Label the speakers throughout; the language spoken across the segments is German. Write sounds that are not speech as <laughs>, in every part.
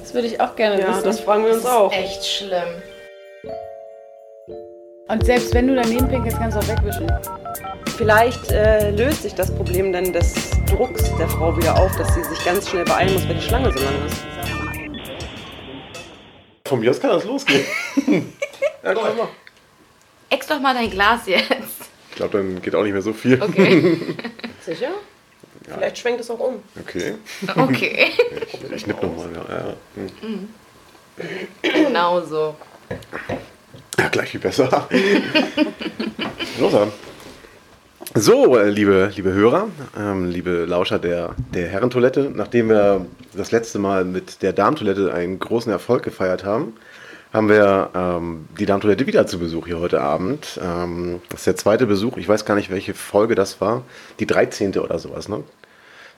Speaker 1: Das würde ich auch gerne
Speaker 2: Ja,
Speaker 1: wissen.
Speaker 2: das fragen wir uns auch.
Speaker 3: Echt schlimm.
Speaker 1: Und selbst wenn du daneben pinkelst, kannst du auch wegwischen.
Speaker 2: Vielleicht äh, löst sich das Problem dann des Drucks der Frau wieder auf, dass sie sich ganz schnell beeilen muss, weil die Schlange so lang ist.
Speaker 4: Von mir aus kann das losgehen. <laughs> ja, klar, mach.
Speaker 3: Ex doch mal dein Glas jetzt.
Speaker 4: Ich glaube, dann geht auch nicht mehr so viel.
Speaker 3: Okay.
Speaker 2: Sicher? Vielleicht schwenkt es auch um.
Speaker 4: <laughs> Okay. <laughs>
Speaker 3: Okay.
Speaker 4: Ich nipp nochmal. Ja, ja. Hm.
Speaker 3: genau so.
Speaker 4: ja, gleich viel besser. <laughs> Los haben. So, äh, liebe, liebe Hörer, ähm, liebe Lauscher der, der Herrentoilette, nachdem wir das letzte Mal mit der Darmtoilette einen großen Erfolg gefeiert haben, haben wir ähm, die Darmtoilette wieder zu Besuch hier heute Abend. Ähm, das ist der zweite Besuch, ich weiß gar nicht, welche Folge das war, die 13. oder sowas, ne?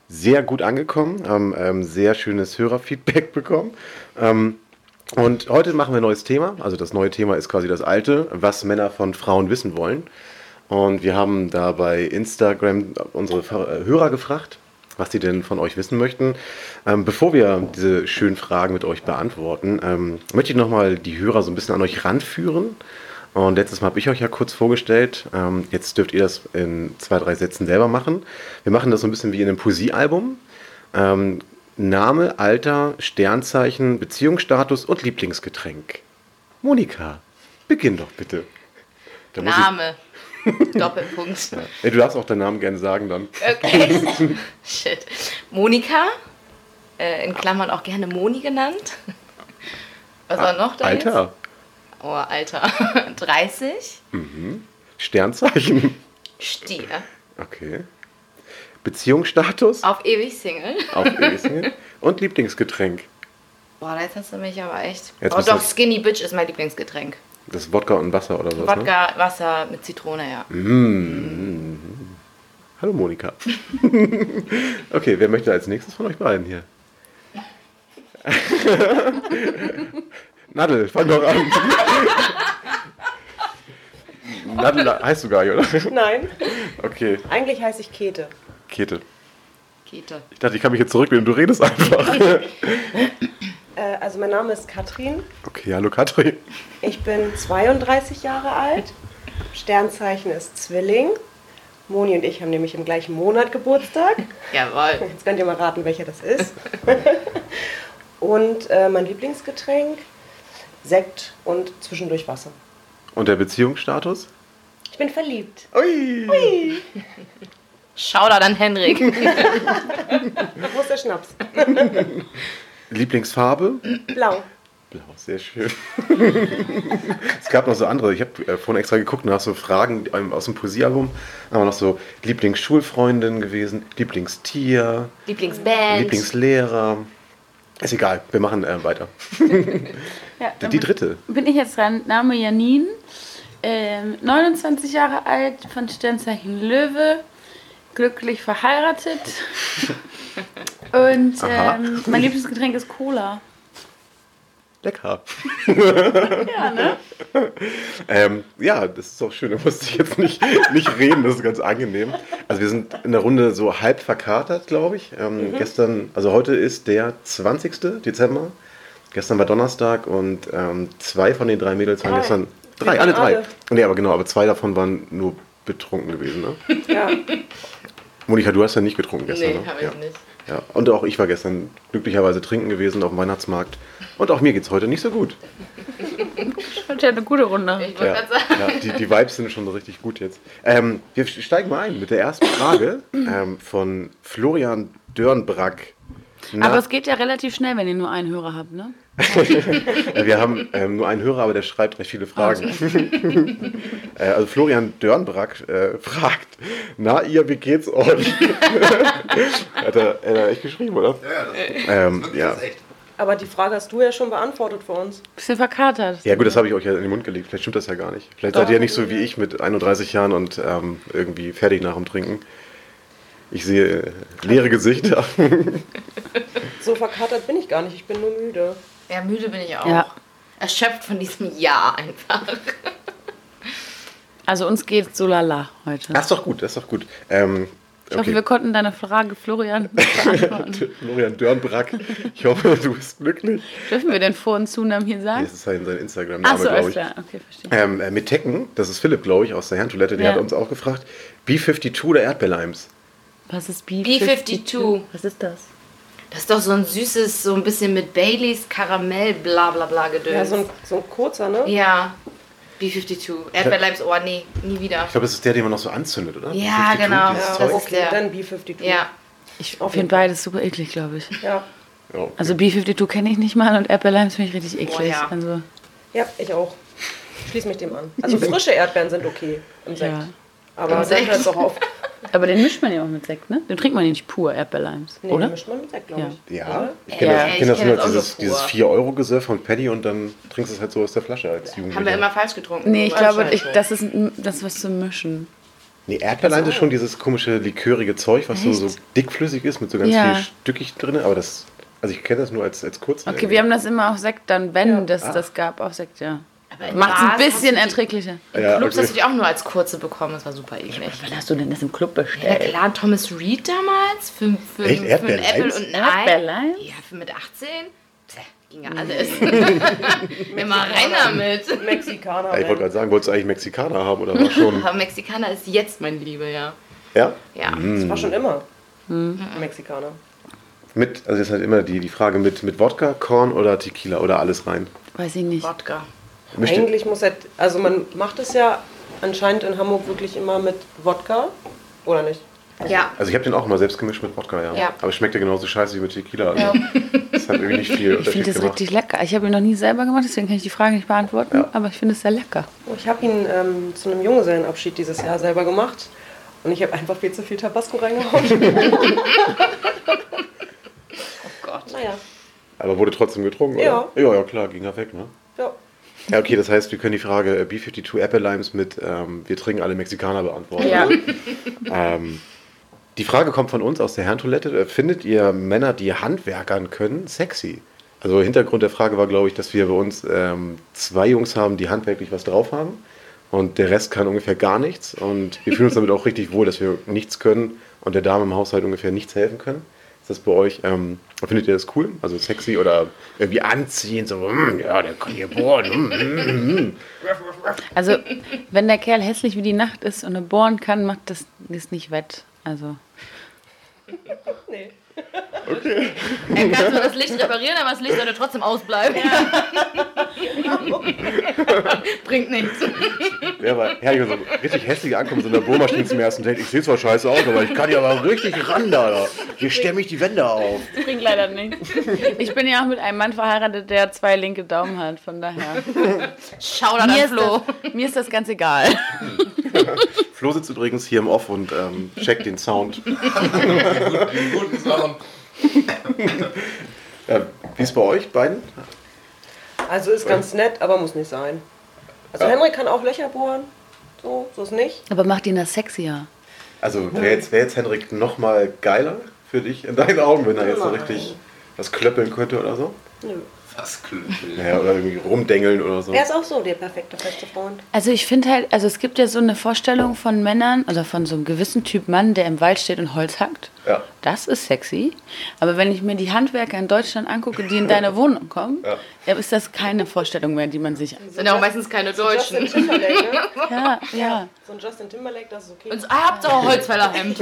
Speaker 4: Sehr gut angekommen, haben ähm, sehr schönes Hörerfeedback <laughs> bekommen. Ähm, und heute machen wir ein neues Thema. Also das neue Thema ist quasi das alte, was Männer von Frauen wissen wollen. Und wir haben da bei Instagram unsere Fa- äh, Hörer gefragt, was sie denn von euch wissen möchten. Ähm, bevor wir diese schönen Fragen mit euch beantworten, ähm, möchte ich nochmal die Hörer so ein bisschen an euch ranführen. Und letztes Mal habe ich euch ja kurz vorgestellt. Ähm, jetzt dürft ihr das in zwei, drei Sätzen selber machen. Wir machen das so ein bisschen wie in einem Poesiealbum. Ähm, Name, Alter, Sternzeichen, Beziehungsstatus und Lieblingsgetränk. Monika, beginn doch bitte. Da muss ich-
Speaker 3: Name.
Speaker 4: <laughs>
Speaker 3: Doppelpunkt.
Speaker 4: Ey, du darfst auch deinen Namen gerne sagen dann.
Speaker 3: Okay. Shit. Monika. Äh, in Klammern auch gerne Moni genannt. Was war noch da
Speaker 4: Ah, Alter,
Speaker 3: Jetzt? Oh, Alter. <laughs> 30.
Speaker 4: Sternzeichen.
Speaker 3: Stier.
Speaker 4: Okay. Beziehungsstatus
Speaker 3: Auf ewig Single.
Speaker 4: auf Esel und Lieblingsgetränk.
Speaker 3: Boah, jetzt hast du mich aber echt.
Speaker 4: Jetzt
Speaker 3: oh
Speaker 4: bist du-
Speaker 3: doch, Skinny Bitch ist mein Lieblingsgetränk.
Speaker 4: Das ist Wodka und Wasser oder was? Mhm. Ne?
Speaker 3: Wodka, Wasser mit Zitrone, ja.
Speaker 4: Hallo Monika. <laughs> okay, wer möchte als nächstes von euch beiden hier? <laughs> Nadel, fang doch an. <laughs> Nadel heißt du gar nicht, oder? <laughs>
Speaker 2: Nein,
Speaker 4: Okay,
Speaker 2: <laughs> eigentlich heiße ich Käthe.
Speaker 4: Käthe.
Speaker 3: Kete.
Speaker 4: Ich dachte, ich kann mich jetzt zurücknehmen, du redest einfach. <laughs>
Speaker 2: Äh, also mein Name ist Katrin.
Speaker 4: Okay, hallo Katrin.
Speaker 2: Ich bin 32 Jahre alt. Sternzeichen ist Zwilling. Moni und ich haben nämlich im gleichen Monat Geburtstag.
Speaker 3: Jawohl.
Speaker 2: Jetzt könnt ihr mal raten, welcher das <laughs> ist. und äh, mein Lieblingsgetränk, Sekt und zwischendurch Wasser.
Speaker 4: Und der Beziehungsstatus?
Speaker 2: Ich bin verliebt.
Speaker 4: Ui!
Speaker 3: Shoutout
Speaker 4: <laughs>
Speaker 3: an Henrik.
Speaker 2: Wo ist der Schnaps?
Speaker 4: Lieblingsfarbe?
Speaker 2: Blau.
Speaker 4: Blau, sehr schön. <laughs> es gab noch so andere. Ich habe äh, vorhin extra geguckt nach so Fragen ähm, aus dem Poesiealbum. Aber noch so Lieblingsschulfreundin gewesen, Lieblingstier,
Speaker 3: Lieblingsband.
Speaker 4: Lieblingslehrer. Ist egal, wir machen äh, weiter.
Speaker 1: Ja,
Speaker 4: Die,
Speaker 1: dann
Speaker 4: die dritte.
Speaker 1: Bin ich jetzt dran. Name Janine. Ähm, 29 Jahre alt, von Sternzeichen Löwe. Glücklich
Speaker 4: <laughs>
Speaker 1: verheiratet. Und
Speaker 4: Aha.
Speaker 1: ähm, mein Lieblingsgetränk ist Cola.
Speaker 4: Lecker.
Speaker 1: Ja, ne?
Speaker 4: Ähm, ja, das ist auch schön. Da musste ich jetzt nicht, nicht reden. Das ist ganz angenehm. Also wir sind in der Runde so halb verkatert, glaube ich. Ähm, Gestern, also heute ist der 20. Dezember. Gestern war Donnerstag und ähm, zwei von den drei Mädels waren
Speaker 2: Drei.
Speaker 4: gestern. Drei,
Speaker 2: waren
Speaker 4: alle drei.
Speaker 2: alle.
Speaker 4: Nee, aber genau, aber zwei davon waren nur betrunken gewesen. Ne?
Speaker 2: Ja.
Speaker 4: Monika, du hast ja nicht getrunken gestern.
Speaker 3: Nee,
Speaker 4: ne?
Speaker 3: habe ich
Speaker 4: ja.
Speaker 3: nicht.
Speaker 4: Ja. Und auch ich war gestern glücklicherweise trinken gewesen auf dem Weihnachtsmarkt. Und auch mir geht es heute nicht so gut.
Speaker 1: Das wird ja halt eine gute Runde.
Speaker 3: Ich wollte
Speaker 4: ja,
Speaker 3: gerade sagen.
Speaker 4: ja, die, die Vibes sind schon richtig gut jetzt. Ähm, wir steigen mal ein mit der ersten Frage ähm, von Florian Dörnbrack. Na,
Speaker 1: Aber es geht ja relativ schnell, wenn ihr nur einen Hörer habt, ne?
Speaker 4: äh, wir haben ähm, nur einen Hörer, aber der schreibt recht viele Fragen. <laughs>
Speaker 3: Oh,
Speaker 4: äh, also Florian Dörnbrack äh, fragt, na ihr, wie geht's euch? <laughs> hat, er, hat er echt geschrieben, oder?
Speaker 5: Ja, das,
Speaker 4: Ähm, ja.
Speaker 5: das ist echt.
Speaker 2: Aber die Frage hast du ja schon beantwortet für uns.
Speaker 1: Bisschen verkatert.
Speaker 4: ja gut, das habe ich euch ja in den Mund gelegt. Vielleicht stimmt das ja gar nicht. Vielleicht seid ihr ja nicht so wie ich mit 31 Jahren und ähm, irgendwie fertig nach dem Trinken. Ich sehe äh, leere Gesichter. <laughs>
Speaker 2: So verkatert bin ich gar nicht, ich bin nur müde.
Speaker 3: Ja, müde bin ich auch.
Speaker 1: Ja.
Speaker 3: Erschöpft von diesem Jahr einfach.
Speaker 1: Also uns geht so lala heute.
Speaker 4: Das ist doch gut, das ist doch gut. Ähm,
Speaker 1: Ich hoffe, wir konnten deine Frage,
Speaker 4: <laughs>
Speaker 1: Florian, beantworten.
Speaker 4: Florian Dörnbrack, ich hoffe, du bist glücklich.
Speaker 1: Dürfen wir denn Vor- und Zunamen hier
Speaker 4: Nee,
Speaker 1: sagen?
Speaker 4: das ist sein, sein Instagram-Name,
Speaker 1: Achso,
Speaker 4: glaube
Speaker 1: alles
Speaker 4: ich.
Speaker 1: klar. Okay, verstehe.
Speaker 4: Ähm, äh, mit Tekken, das ist Philipp, glaube ich, aus der Herrentoilette, der
Speaker 1: Ja.
Speaker 4: hat uns auch gefragt, B52 oder Erdbeerlimes?
Speaker 1: Was ist B
Speaker 3: B52?
Speaker 1: Was ist das?
Speaker 3: Das ist doch so ein süßes, so ein bisschen mit Baileys, Karamell, bla bla bla Gedöns.
Speaker 2: Ja, so ein, so ein kurzer, ne?
Speaker 3: Ja, B52. Erdbeerleims, oh nee, nie wieder.
Speaker 4: Ich glaube, das ist der, den man noch so anzündet, oder?
Speaker 3: Ja, genau.
Speaker 4: dieses
Speaker 2: Ja,
Speaker 3: das
Speaker 4: Zeug.
Speaker 3: ist
Speaker 2: okay,
Speaker 3: der.
Speaker 2: dann B52.
Speaker 3: Ja,
Speaker 1: Ich
Speaker 2: Auf jeden
Speaker 1: finde beides super eklig, glaube ich.
Speaker 2: ja.
Speaker 4: Ja.
Speaker 1: Also B52 kenne ich nicht mal und Apple Limes finde ich richtig eklig.
Speaker 3: ja.
Speaker 1: Also,
Speaker 2: Ja, ich auch. Schließ mich dem an. Also frische Erdbeeren sind okay im Sekt.
Speaker 1: ja.
Speaker 2: Aber
Speaker 3: Im Sekt.
Speaker 2: Sekt ist auch auf.
Speaker 1: Aber den mischt man ja auch mit Sekt, ne? Den trinkt man ja nicht pur, Apple Limes,
Speaker 2: Nee,
Speaker 1: oder?
Speaker 2: mischt man mit Sekt, glaube
Speaker 1: Ja.
Speaker 2: ich.
Speaker 4: Ja, ich
Speaker 1: Ja,
Speaker 4: kenne das,
Speaker 1: ich
Speaker 4: kenn das
Speaker 3: Mhm. kenn
Speaker 4: nur
Speaker 3: das
Speaker 4: als
Speaker 3: auch
Speaker 4: dieses,
Speaker 3: so
Speaker 4: dieses
Speaker 3: pur.
Speaker 4: 4-Euro-Gesöff von Patty und dann trinkst du es halt so aus der Flasche als
Speaker 3: haben wir
Speaker 4: Jugendlicher.
Speaker 3: immer falsch getrunken.
Speaker 1: Nee, ich
Speaker 3: Oder?
Speaker 1: glaube, ich, das ist ein- das ist was zum Mischen.
Speaker 4: Nee, Erdbeerleim ist schon dieses komische likörige Zeug, was so, so
Speaker 1: Echt?
Speaker 4: dickflüssig ist, mit so ganz
Speaker 1: Ja.
Speaker 4: viel Stückig drin. Aber das, also ich kenne das nur als, als kurzen.
Speaker 1: Okay, wir haben das immer auf Sekt dann, wenn das
Speaker 4: Ah.
Speaker 1: das gab, auf Sekt, ja.
Speaker 3: Aber in
Speaker 1: Macht es ein
Speaker 3: Bars hast
Speaker 1: bisschen
Speaker 3: du die-
Speaker 1: erträglicher.
Speaker 3: Im
Speaker 4: Ja,
Speaker 3: Clubs
Speaker 4: okay.
Speaker 3: hast du die auch nur als kurze bekommen, das war super eklig.
Speaker 1: Wann hast du denn das im Club
Speaker 3: Ja,
Speaker 1: bestellt?
Speaker 3: klar, Thomas Reed damals für, für,
Speaker 4: Echt?
Speaker 3: für einen
Speaker 4: Erdbeerleims?
Speaker 3: Apple und ein Ei.
Speaker 1: Erdbeerleims?
Speaker 3: Ja, für mit 18. Tja, ging ja alles. Immer rein damit.
Speaker 2: Mexikaner. ne?
Speaker 4: Ja, ich wollte gerade sagen, wolltest du eigentlich Mexikaner haben oder war schon?
Speaker 1: <laughs>
Speaker 3: Aber Mexikaner ist jetzt meine Liebe, ja.
Speaker 4: ja?
Speaker 3: Ja.
Speaker 2: Das war schon immer.
Speaker 3: Mhm.
Speaker 2: Mexikaner.
Speaker 4: Mit, also jetzt halt immer die, die Frage mit, mit Wodka, Korn oder Tequila oder alles rein.
Speaker 1: Weiß ich nicht.
Speaker 3: Wodka.
Speaker 4: Mischt-
Speaker 2: Eigentlich muss halt, also man macht es ja anscheinend in Hamburg wirklich immer mit Wodka, oder nicht?
Speaker 3: Ja.
Speaker 4: Also ich habe den auch mal selbst gemischt mit Wodka, ja.
Speaker 3: Ja.
Speaker 4: Aber es schmeckt ja genauso scheiße wie mit Tequila. <laughs> Also Das hat irgendwie nicht viel
Speaker 1: Ich
Speaker 4: Unterschied
Speaker 1: finde das
Speaker 4: gemacht.
Speaker 1: richtig lecker. Ich habe ihn noch nie selber gemacht, deswegen kann ich die Frage nicht beantworten,
Speaker 4: Ja.
Speaker 1: aber ich finde es sehr lecker.
Speaker 2: Oh, Ich habe ihn ähm, zu einem Junggesellenabschied dieses Jahr selber gemacht und ich habe einfach viel zu viel Tabasco reingehauen.
Speaker 3: Oh Gott.
Speaker 2: naja,
Speaker 4: Aber wurde trotzdem getrunken,
Speaker 2: Ja.
Speaker 4: oder? Ja, ja, klar, ging ja weg, ne?
Speaker 2: ja.
Speaker 4: Ja, okay, das heißt, wir können die Frage äh, B52 Apple Limes mit ähm, Wir trinken alle Mexikaner beantworten.
Speaker 1: Ja.
Speaker 4: Ähm, die Frage kommt von uns aus der Herrentoilette. Äh, Findet ihr Männer, die Handwerkern können, sexy? Also Hintergrund der Frage war, glaube ich, dass wir bei uns ähm, zwei Jungs haben, die handwerklich was drauf haben und der Rest kann ungefähr gar nichts. Und wir fühlen uns damit auch richtig wohl, dass wir nichts können und der Dame im Haushalt ungefähr nichts helfen können. Ist das bei euch, ähm, findet ihr das cool? Also sexy oder irgendwie anziehen, so, mm, ja, der kann hier bohren. Mm, <laughs>
Speaker 1: Also, wenn der Kerl hässlich wie die Nacht ist und er bohren kann, macht das das nicht wett. Also,
Speaker 2: Nee.
Speaker 3: Er kann zwar das Licht reparieren, aber das Licht sollte trotzdem ausbleiben. <laughs> Bringt nichts.
Speaker 4: Ja, aber herrlich, so richtig hässlich ankommen, so in der Bohrmaschine zum ersten Date. Ich sehe zwar scheiße aus, aber ich kann ja aber richtig ran da. da. Hier stemme ich die Wände auf.
Speaker 1: bringt leider nichts. <laughs> Ich bin ja auch mit einem Mann verheiratet, der zwei linke Daumen hat, von daher.
Speaker 3: Schau da dann Flo.
Speaker 1: mir ist das ganz egal.
Speaker 4: Flo sitzt übrigens hier im Off und ähm, checkt den Sound.
Speaker 5: Die guten Sachen.
Speaker 4: Äh, wie ist bei euch beiden?
Speaker 2: Also ist ganz nett, aber muss nicht sein. Also
Speaker 4: Ja.
Speaker 2: Henry kann auch Löcher bohren, so, so ist nicht.
Speaker 1: Aber macht ihn das sexier?
Speaker 4: Also wäre jetzt, wär jetzt Henrik nochmal geiler für dich in deinen Augen, wenn er jetzt so
Speaker 2: Nein.
Speaker 4: richtig was klöppeln könnte oder so?
Speaker 5: Was Klümpel.
Speaker 4: Naja, oder irgendwie rumdengeln oder so.
Speaker 2: Er ist auch so der perfekte feste Freund.
Speaker 1: Also ich finde halt, also es gibt ja so eine Vorstellung von Männern oder von so einem gewissen Typ Mann, der im Wald steht und Holz hackt.
Speaker 4: Ja.
Speaker 1: Das ist sexy. Aber wenn ich mir die Handwerker in Deutschland angucke, die in deine Wohnung kommen,
Speaker 4: Ja.
Speaker 1: dann ist das keine Vorstellung mehr, die man sich.
Speaker 3: Sind ja auch meistens keine
Speaker 2: Justin
Speaker 3: Deutschen.
Speaker 2: Timberlake, ne?
Speaker 1: Ja, ja.
Speaker 2: So ein Justin Timberlake, das ist okay.
Speaker 3: Und so, ah, Hauptsache Holzfällerhemd.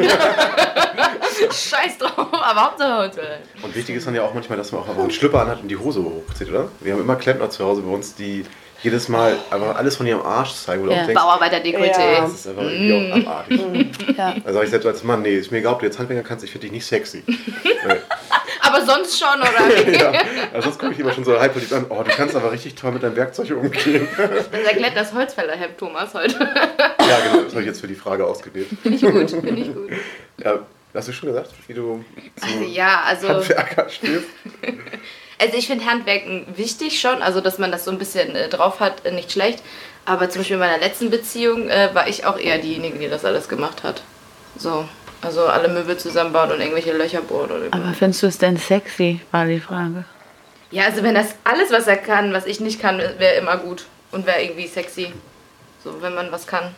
Speaker 3: <laughs> Scheiß drauf, aber Hauptsache Holzfällerhemd.
Speaker 4: Und wichtig ist dann ja auch manchmal, dass man auch einfach einen Schlüpper anhat und die Hose hochzieht, oder? Wir haben immer Klempner zu Hause bei uns, die jedes Mal einfach alles von ihrem Arsch zeigen. wo du
Speaker 1: Ja.
Speaker 4: auch denkst,
Speaker 3: Bauarbeiter-Dekolleté.
Speaker 2: Ja.
Speaker 4: Das ist einfach irgendwie auch abartig.
Speaker 1: Ja.
Speaker 4: Also sag ich selbst als Mann, nee, ist mir egal, ob du jetzt Handwerker kannst, ich finde dich nicht sexy.
Speaker 3: Aber sonst schon, oder?
Speaker 4: ja. Also sonst gucke ich immer schon so halb verliebt an, oh, du kannst aber richtig toll mit deinem Werkzeug umgehen.
Speaker 3: Das erklärt das Holzfällerhemd, Thomas, heute.
Speaker 4: ja, genau, das habe ich jetzt für die Frage ausgewählt.
Speaker 3: Nicht gut, finde ich gut.
Speaker 4: Ja, hast du schon gesagt, wie du
Speaker 3: Also, <laughs> ja, also,
Speaker 4: Handwerker stehst?
Speaker 3: also ich finde Handwerken wichtig schon, also dass man das so ein bisschen äh, drauf hat, äh, nicht schlecht. Aber zum Beispiel in meiner letzten Beziehung äh, war ich auch eher diejenige, die das alles gemacht hat. So, also alle Möbel zusammenbauen und irgendwelche Löcher bohren oder
Speaker 1: Aber findest du es denn sexy, war die Frage.
Speaker 3: Ja, also wenn das alles, was er kann, was ich nicht kann, wäre immer gut und wäre irgendwie sexy. So, wenn man was kann.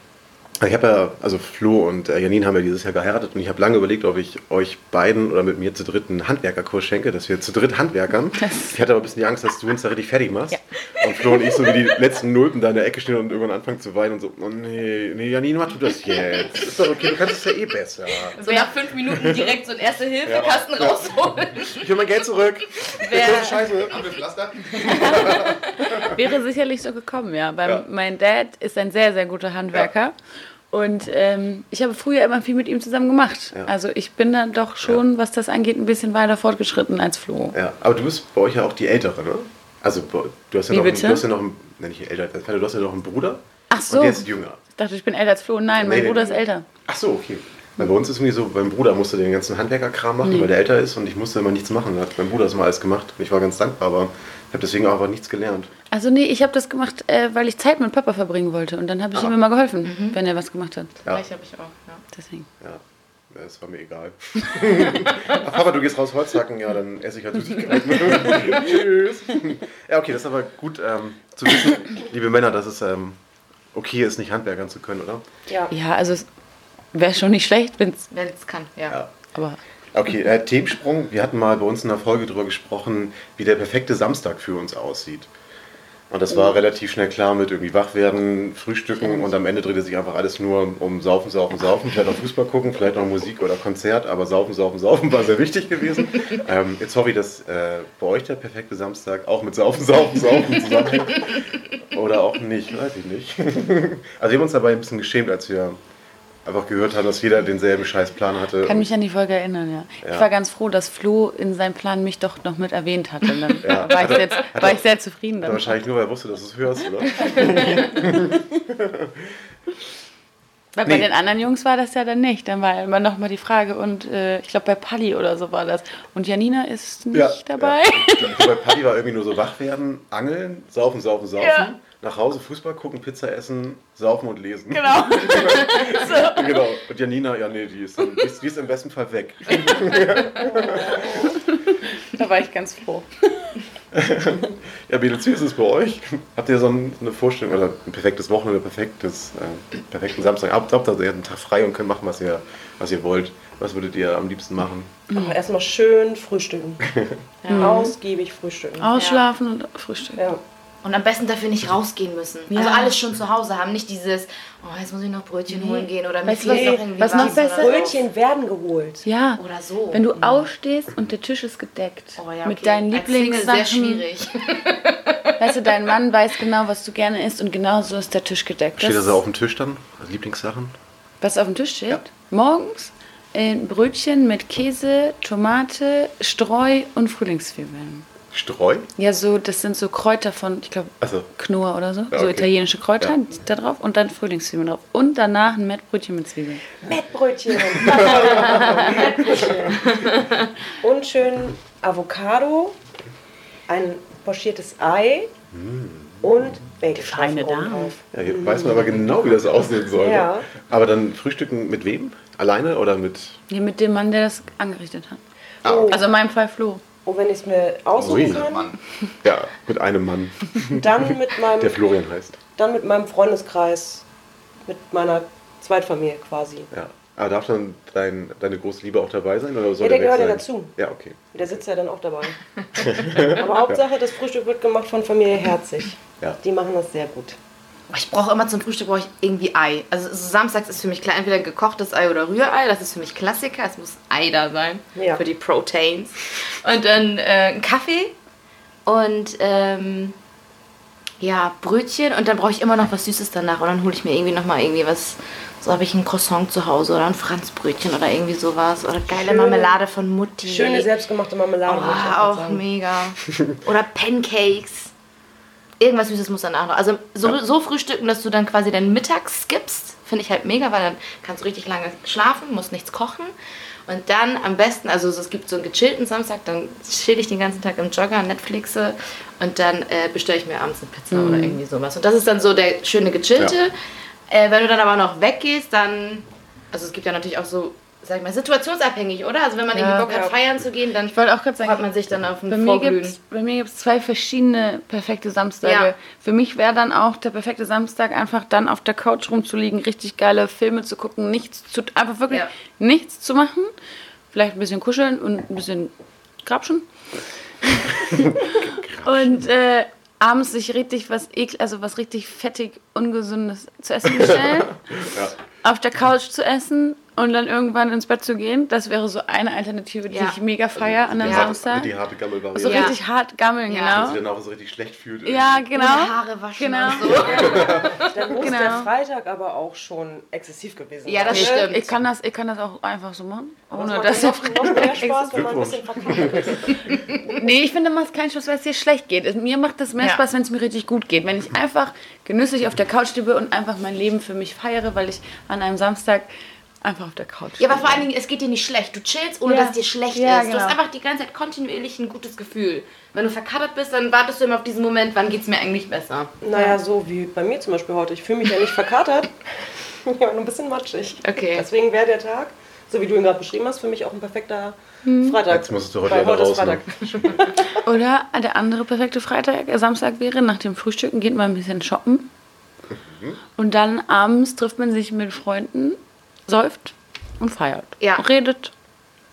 Speaker 4: Ich habe ja, also Flo und äh, Janine haben ja dieses Jahr geheiratet und ich habe lange überlegt, ob ich euch beiden oder mit mir zu dritt einen Handwerkerkurs schenke, dass wir zu dritt
Speaker 1: <laughs>
Speaker 4: Handwerkern. Ich hatte aber ein bisschen die Angst, dass du uns da richtig fertig machst. Und Flo und ich so wie die letzten Nulpen da in der Ecke stehen und irgendwann anfangen zu weinen und so, oh nee, nee, Janine, mach du das jetzt. Ist doch okay, du kannst es ja eh besser.
Speaker 3: So nach fünf Minuten direkt so einen Erste-Hilfe-Kasten
Speaker 4: Ja.
Speaker 3: rausholen.
Speaker 4: Ich will mein Geld zurück.
Speaker 3: Wer-
Speaker 4: Das ist scheiße.
Speaker 5: Haben wir Pflaster?
Speaker 1: Wäre sicherlich so gekommen, ja. Weil
Speaker 4: Ja.
Speaker 1: mein Dad ist ein sehr, sehr guter Handwerker. Und ähm, ich habe früher immer viel mit ihm zusammen gemacht.
Speaker 4: Ja.
Speaker 1: Also ich bin dann doch schon, was das angeht, ein bisschen weiter fortgeschritten als Flo.
Speaker 4: Ja, aber du bist bei euch ja auch die Ältere, ne? Also bei- du hast ja
Speaker 1: Wie
Speaker 4: noch einen,
Speaker 1: bitte?
Speaker 4: du hast ja noch einen, nenn ich älter, als Vater, du hast ja noch einen Bruder.
Speaker 1: Ach so.
Speaker 4: Und der ist jünger.
Speaker 1: Ich dachte, ich bin älter als Flo. Nein, mein
Speaker 4: Nee, nee.
Speaker 1: Bruder ist älter.
Speaker 4: Ach so, okay. Weil bei uns ist irgendwie so, beim Bruder musste den ganzen Handwerkerkram machen, weil der älter ist und ich musste immer nichts machen. Da hat mein Bruder das mal alles gemacht und ich war ganz dankbar, aber ich habe deswegen auch einfach nichts gelernt.
Speaker 1: Also nee, ich habe das gemacht, äh, weil ich Zeit mit Papa verbringen wollte. Und dann habe ich
Speaker 4: Ah.
Speaker 1: ihm immer geholfen, wenn er was gemacht hat.
Speaker 4: Ja.
Speaker 3: Gleich habe ich auch, ja.
Speaker 1: Deswegen.
Speaker 4: Ja, Ja, das war mir egal. Ach, Papa, du gehst raus Holz hacken, ja, dann esse ich halt Süßigkeiten. Tschüss. Ja, okay, das ist aber gut ähm, zu wissen, liebe Männer, dass es ähm, okay ist, nicht handwerkern zu können, oder?
Speaker 2: Ja.
Speaker 1: Ja, also es wäre schon nicht schlecht, wenn's.
Speaker 3: Wenn es kann, ja.
Speaker 4: Ja.
Speaker 1: Aber
Speaker 4: Okay, äh, Themensprung. Wir hatten mal bei uns in der Folge darüber gesprochen, wie der perfekte Samstag für uns aussieht. Und das war relativ schnell klar mit irgendwie wach werden, frühstücken und am Ende drehte sich einfach alles nur um Saufen, Saufen, Saufen. Vielleicht auch Fußball gucken, vielleicht noch Musik oder Konzert, aber Saufen, Saufen, Saufen war sehr wichtig gewesen. Ähm, jetzt hoffe ich, dass äh, bei euch der perfekte Samstag auch mit Saufen, Saufen, Saufen zusammenhängt. Oder auch nicht, weiß ich nicht. <laughs> Also wir haben uns dabei ein bisschen geschämt, als wir einfach gehört haben, dass jeder denselben Scheißplan hatte.
Speaker 1: kann
Speaker 4: und-
Speaker 1: mich an die Folge erinnern, ja.
Speaker 4: Ja.
Speaker 1: Ich war ganz froh, dass Flo in seinem Plan mich doch noch mit erwähnt hat. Und dann war,
Speaker 4: Ja.
Speaker 1: ich
Speaker 4: Hat er-
Speaker 1: jetzt,
Speaker 4: hat
Speaker 1: war
Speaker 4: er-
Speaker 1: ich sehr zufrieden
Speaker 4: Ja,
Speaker 1: damit.
Speaker 4: wahrscheinlich nur, weil er wusste, dass du es hörst,
Speaker 1: <laughs>
Speaker 4: oder?
Speaker 1: Weil bei
Speaker 4: Nee.
Speaker 1: den anderen Jungs war das ja dann nicht. Dann war immer nochmal die Frage, und äh, ich glaube bei Palli oder so war das. Und Janina ist nicht dabei.
Speaker 4: Ja. Bei Paddy war irgendwie nur so wach werden, angeln, saufen, saufen, saufen.
Speaker 1: Ja.
Speaker 4: Nach Hause Fußball gucken, Pizza essen, saufen und lesen.
Speaker 1: <laughs> Genau.
Speaker 4: <laughs> genau. Und Janina, ja nee, die ist, die ist, die ist im besten Fall weg.
Speaker 1: Da war ich ganz froh.
Speaker 4: Ja, Mädels, wie ist es bei euch? Habt ihr so ein, eine Vorstellung oder ein perfektes Wochenende, perfektes, äh, perfekten Samstag? Habt habt ihr einen Tag frei und könnt machen, was ihr, was ihr wollt? Was würdet ihr am liebsten machen?
Speaker 2: Aber erstmal schön frühstücken. Ausgiebig frühstücken.
Speaker 1: Oh. Ausschlafen und frühstücken.
Speaker 2: Ja.
Speaker 3: Und am besten dafür nicht rausgehen müssen. Also alles schon zu Hause haben, nicht dieses, oh, jetzt muss ich noch Brötchen holen gehen oder
Speaker 1: Weißt du,
Speaker 3: mir fehlt
Speaker 1: was-
Speaker 3: irgendwie
Speaker 1: was noch
Speaker 3: oder
Speaker 1: besser
Speaker 3: so.
Speaker 2: Brötchen werden geholt.
Speaker 1: Ja.
Speaker 3: Oder so. Mhm.
Speaker 1: Wenn du aufstehst und der Tisch ist gedeckt
Speaker 3: Oh ja,
Speaker 1: mit
Speaker 3: okay.
Speaker 1: deinen
Speaker 3: Als Single sehr
Speaker 1: Lieblingssachen,
Speaker 3: schwierig.
Speaker 1: weißt du, dein Mann weiß genau, was du gerne isst und genau so ist der Tisch gedeckt.
Speaker 4: Steht das auf dem Tisch dann? Als Lieblingssachen?
Speaker 1: Was auf dem Tisch steht? Morgens ein Brötchen mit Käse, Tomate, Streu und Frühlingszwiebeln.
Speaker 4: Streu?
Speaker 1: Ja, so, das sind so Kräuter von, ich glaube,
Speaker 4: Also,
Speaker 1: Knoa oder so.
Speaker 4: Ja,
Speaker 1: So
Speaker 4: okay.
Speaker 1: italienische Kräuter
Speaker 4: Ja.
Speaker 1: da drauf und dann Frühlingszwiebeln drauf. Und danach ein Mettbrötchen mit Zwiebeln.
Speaker 2: Mettbrötchen. <laughs> Und schön Avocado, ein pochiertes Ei
Speaker 4: Mm.
Speaker 2: und Bacon.
Speaker 1: feine Dame.
Speaker 2: obendrauf.
Speaker 4: Ja, hier weiß man aber genau, wie das aussehen soll. ne?
Speaker 2: Ja.
Speaker 4: Aber dann frühstücken mit wem? Alleine oder mit.
Speaker 1: Hier mit dem Mann, der das angerichtet hat.
Speaker 2: Oh,
Speaker 1: Also in meinem Fall Flo.
Speaker 2: und oh, wenn ich es mir aussuchen
Speaker 4: Ah, Ui.
Speaker 2: kann,
Speaker 5: Mann.
Speaker 4: Ja, mit einem Mann, <laughs>
Speaker 2: dann mit,
Speaker 4: der
Speaker 2: meinem,
Speaker 4: Florian heißt.
Speaker 2: dann mit meinem Freundeskreis, mit meiner Zweitfamilie quasi.
Speaker 4: Ja. Aber darf dann dein, deine große Liebe auch dabei sein? Oder soll
Speaker 2: Ja, der
Speaker 4: weg
Speaker 2: gehört ja
Speaker 4: sein?
Speaker 2: dazu.
Speaker 4: Ja, okay.
Speaker 2: Der sitzt ja dann auch
Speaker 4: <laughs>
Speaker 2: dabei. Aber Hauptsache, das Frühstück wird gemacht von Familie Herzig.
Speaker 4: Ja.
Speaker 2: Die machen das sehr gut.
Speaker 3: Oh, Ich brauche immer zum Frühstück brauche ich irgendwie Ei. Also so samstags ist für mich klar, entweder gekochtes Ei oder Rührei. Das ist für mich Klassiker. Es muss Ei da sein
Speaker 2: Ja.
Speaker 3: für die Proteins. Und dann äh, ein Kaffee und ähm, ja Brötchen. Und dann brauche ich immer noch was Süßes danach. Und dann hole ich mir irgendwie noch mal irgendwie was. So habe ich ein Croissant zu Hause oder ein Franzbrötchen oder irgendwie sowas oder geile
Speaker 2: Schöne-
Speaker 3: Marmelade von Mutti.
Speaker 2: Schöne selbstgemachte Marmelade.
Speaker 3: Oh,
Speaker 2: würde ich einfach
Speaker 3: auch
Speaker 2: sagen.
Speaker 3: mega.
Speaker 2: <laughs>
Speaker 3: Oder Pancakes. Irgendwas Süßes muss danach noch. Also so, so frühstücken, dass du dann quasi deinen Mittag skippst, finde ich halt mega, weil dann kannst du richtig lange schlafen, musst nichts kochen. Und dann am besten, also es gibt so einen gechillten Samstag, dann chill ich den ganzen Tag im Jogger, Netflixe und dann äh, bestelle ich mir abends eine Pizza oder
Speaker 2: Mhm.
Speaker 3: irgendwie sowas. Und das ist dann so der schöne gechillte. Äh, wenn du dann aber noch weggehst, dann, also es gibt ja natürlich auch so sag ich mal, situationsabhängig, oder? Also wenn man
Speaker 1: Ja.
Speaker 3: irgendwie Bock
Speaker 2: Ja.
Speaker 3: hat, feiern zu gehen, dann
Speaker 1: Ich wollte auch gerade
Speaker 3: freut
Speaker 1: sagen,
Speaker 3: man sich dann auf
Speaker 1: bei
Speaker 3: ein
Speaker 1: mir,
Speaker 3: Vorglühen.
Speaker 1: gibt's, bei mir gibt es zwei verschiedene perfekte Samstage.
Speaker 3: Ja.
Speaker 1: Für mich wäre dann auch der perfekte Samstag, einfach dann auf der Couch rumzuliegen, richtig geile Filme zu gucken, nichts zu, einfach wirklich
Speaker 3: Ja.
Speaker 1: nichts zu machen. Vielleicht ein bisschen kuscheln und ein bisschen
Speaker 3: <laughs>
Speaker 1: krapschen. und äh, abends sich richtig was ekel, also was richtig fettig, ungesundes zu essen bestellen.
Speaker 3: <laughs>
Speaker 1: Auf der Couch zu essen und dann irgendwann ins Bett zu gehen. Das wäre so eine Alternative, die
Speaker 3: Ja.
Speaker 1: ich mega feier an einem
Speaker 3: Ja.
Speaker 1: Samstag.
Speaker 4: Die harte Gammel-Variante.
Speaker 1: So
Speaker 3: Ja.
Speaker 1: richtig hart gammeln,
Speaker 3: Ja.
Speaker 4: Dass sie
Speaker 2: Also,
Speaker 1: genau.
Speaker 4: dann auch so richtig schlecht
Speaker 2: äh,
Speaker 4: fühlt.
Speaker 1: Ja,
Speaker 3: Ohne
Speaker 1: genau.
Speaker 3: Haare waschen
Speaker 1: Genau. <laughs>
Speaker 3: und so.
Speaker 2: Dann muss
Speaker 1: Genau.
Speaker 2: der Freitag aber auch schon exzessiv gewesen
Speaker 3: Ja, das
Speaker 2: sein. ne?
Speaker 3: stimmt.
Speaker 1: Ich kann das, ich kann das auch einfach so machen. Ohne
Speaker 2: Das
Speaker 1: dass auch.
Speaker 2: macht noch mehr Spaß, wenn man ein bisschen
Speaker 4: Glückwunsch.
Speaker 2: verkackt
Speaker 1: <laughs>
Speaker 2: ist.
Speaker 1: Nee, ich finde, macht keinen Spaß, weil es dir schlecht geht. Es- Mir macht das mehr
Speaker 3: Ja.
Speaker 1: Spaß, wenn es mir richtig gut geht. Wenn ich einfach genüsslich auf der Couch liebe und einfach mein Leben für mich feiere, weil ich an einem Samstag einfach auf der Couch
Speaker 3: Ja, aber
Speaker 1: liege.
Speaker 3: vor allen Dingen, es geht dir nicht schlecht. Du chillst, ohne
Speaker 1: Ja.
Speaker 3: dass dir schlecht
Speaker 1: Ja,
Speaker 3: ist. Du hast
Speaker 1: genau.
Speaker 3: einfach die ganze Zeit kontinuierlich ein gutes Gefühl. Wenn du verkatert bist, dann wartest du immer auf diesen Moment, wann geht's mir eigentlich besser.
Speaker 2: Naja, so wie bei mir zum Beispiel heute. Ich fühle mich ja nicht verkatert. <laughs> Ich bin ja nur ein bisschen matschig.
Speaker 3: Okay.
Speaker 2: Deswegen wäre der Tag, so wie du ihn gerade beschrieben hast, für mich auch ein perfekter Freitag.
Speaker 4: Jetzt musst du heute
Speaker 2: Weil
Speaker 4: leider
Speaker 2: ist
Speaker 4: raus, ne?
Speaker 2: Freitag.
Speaker 1: Oder der andere perfekte Freitag, äh, Samstag wäre, nach dem Frühstücken geht man ein bisschen shoppen. Und dann abends trifft man sich mit Freunden, säuft und feiert.
Speaker 3: Ja.
Speaker 1: Und redet,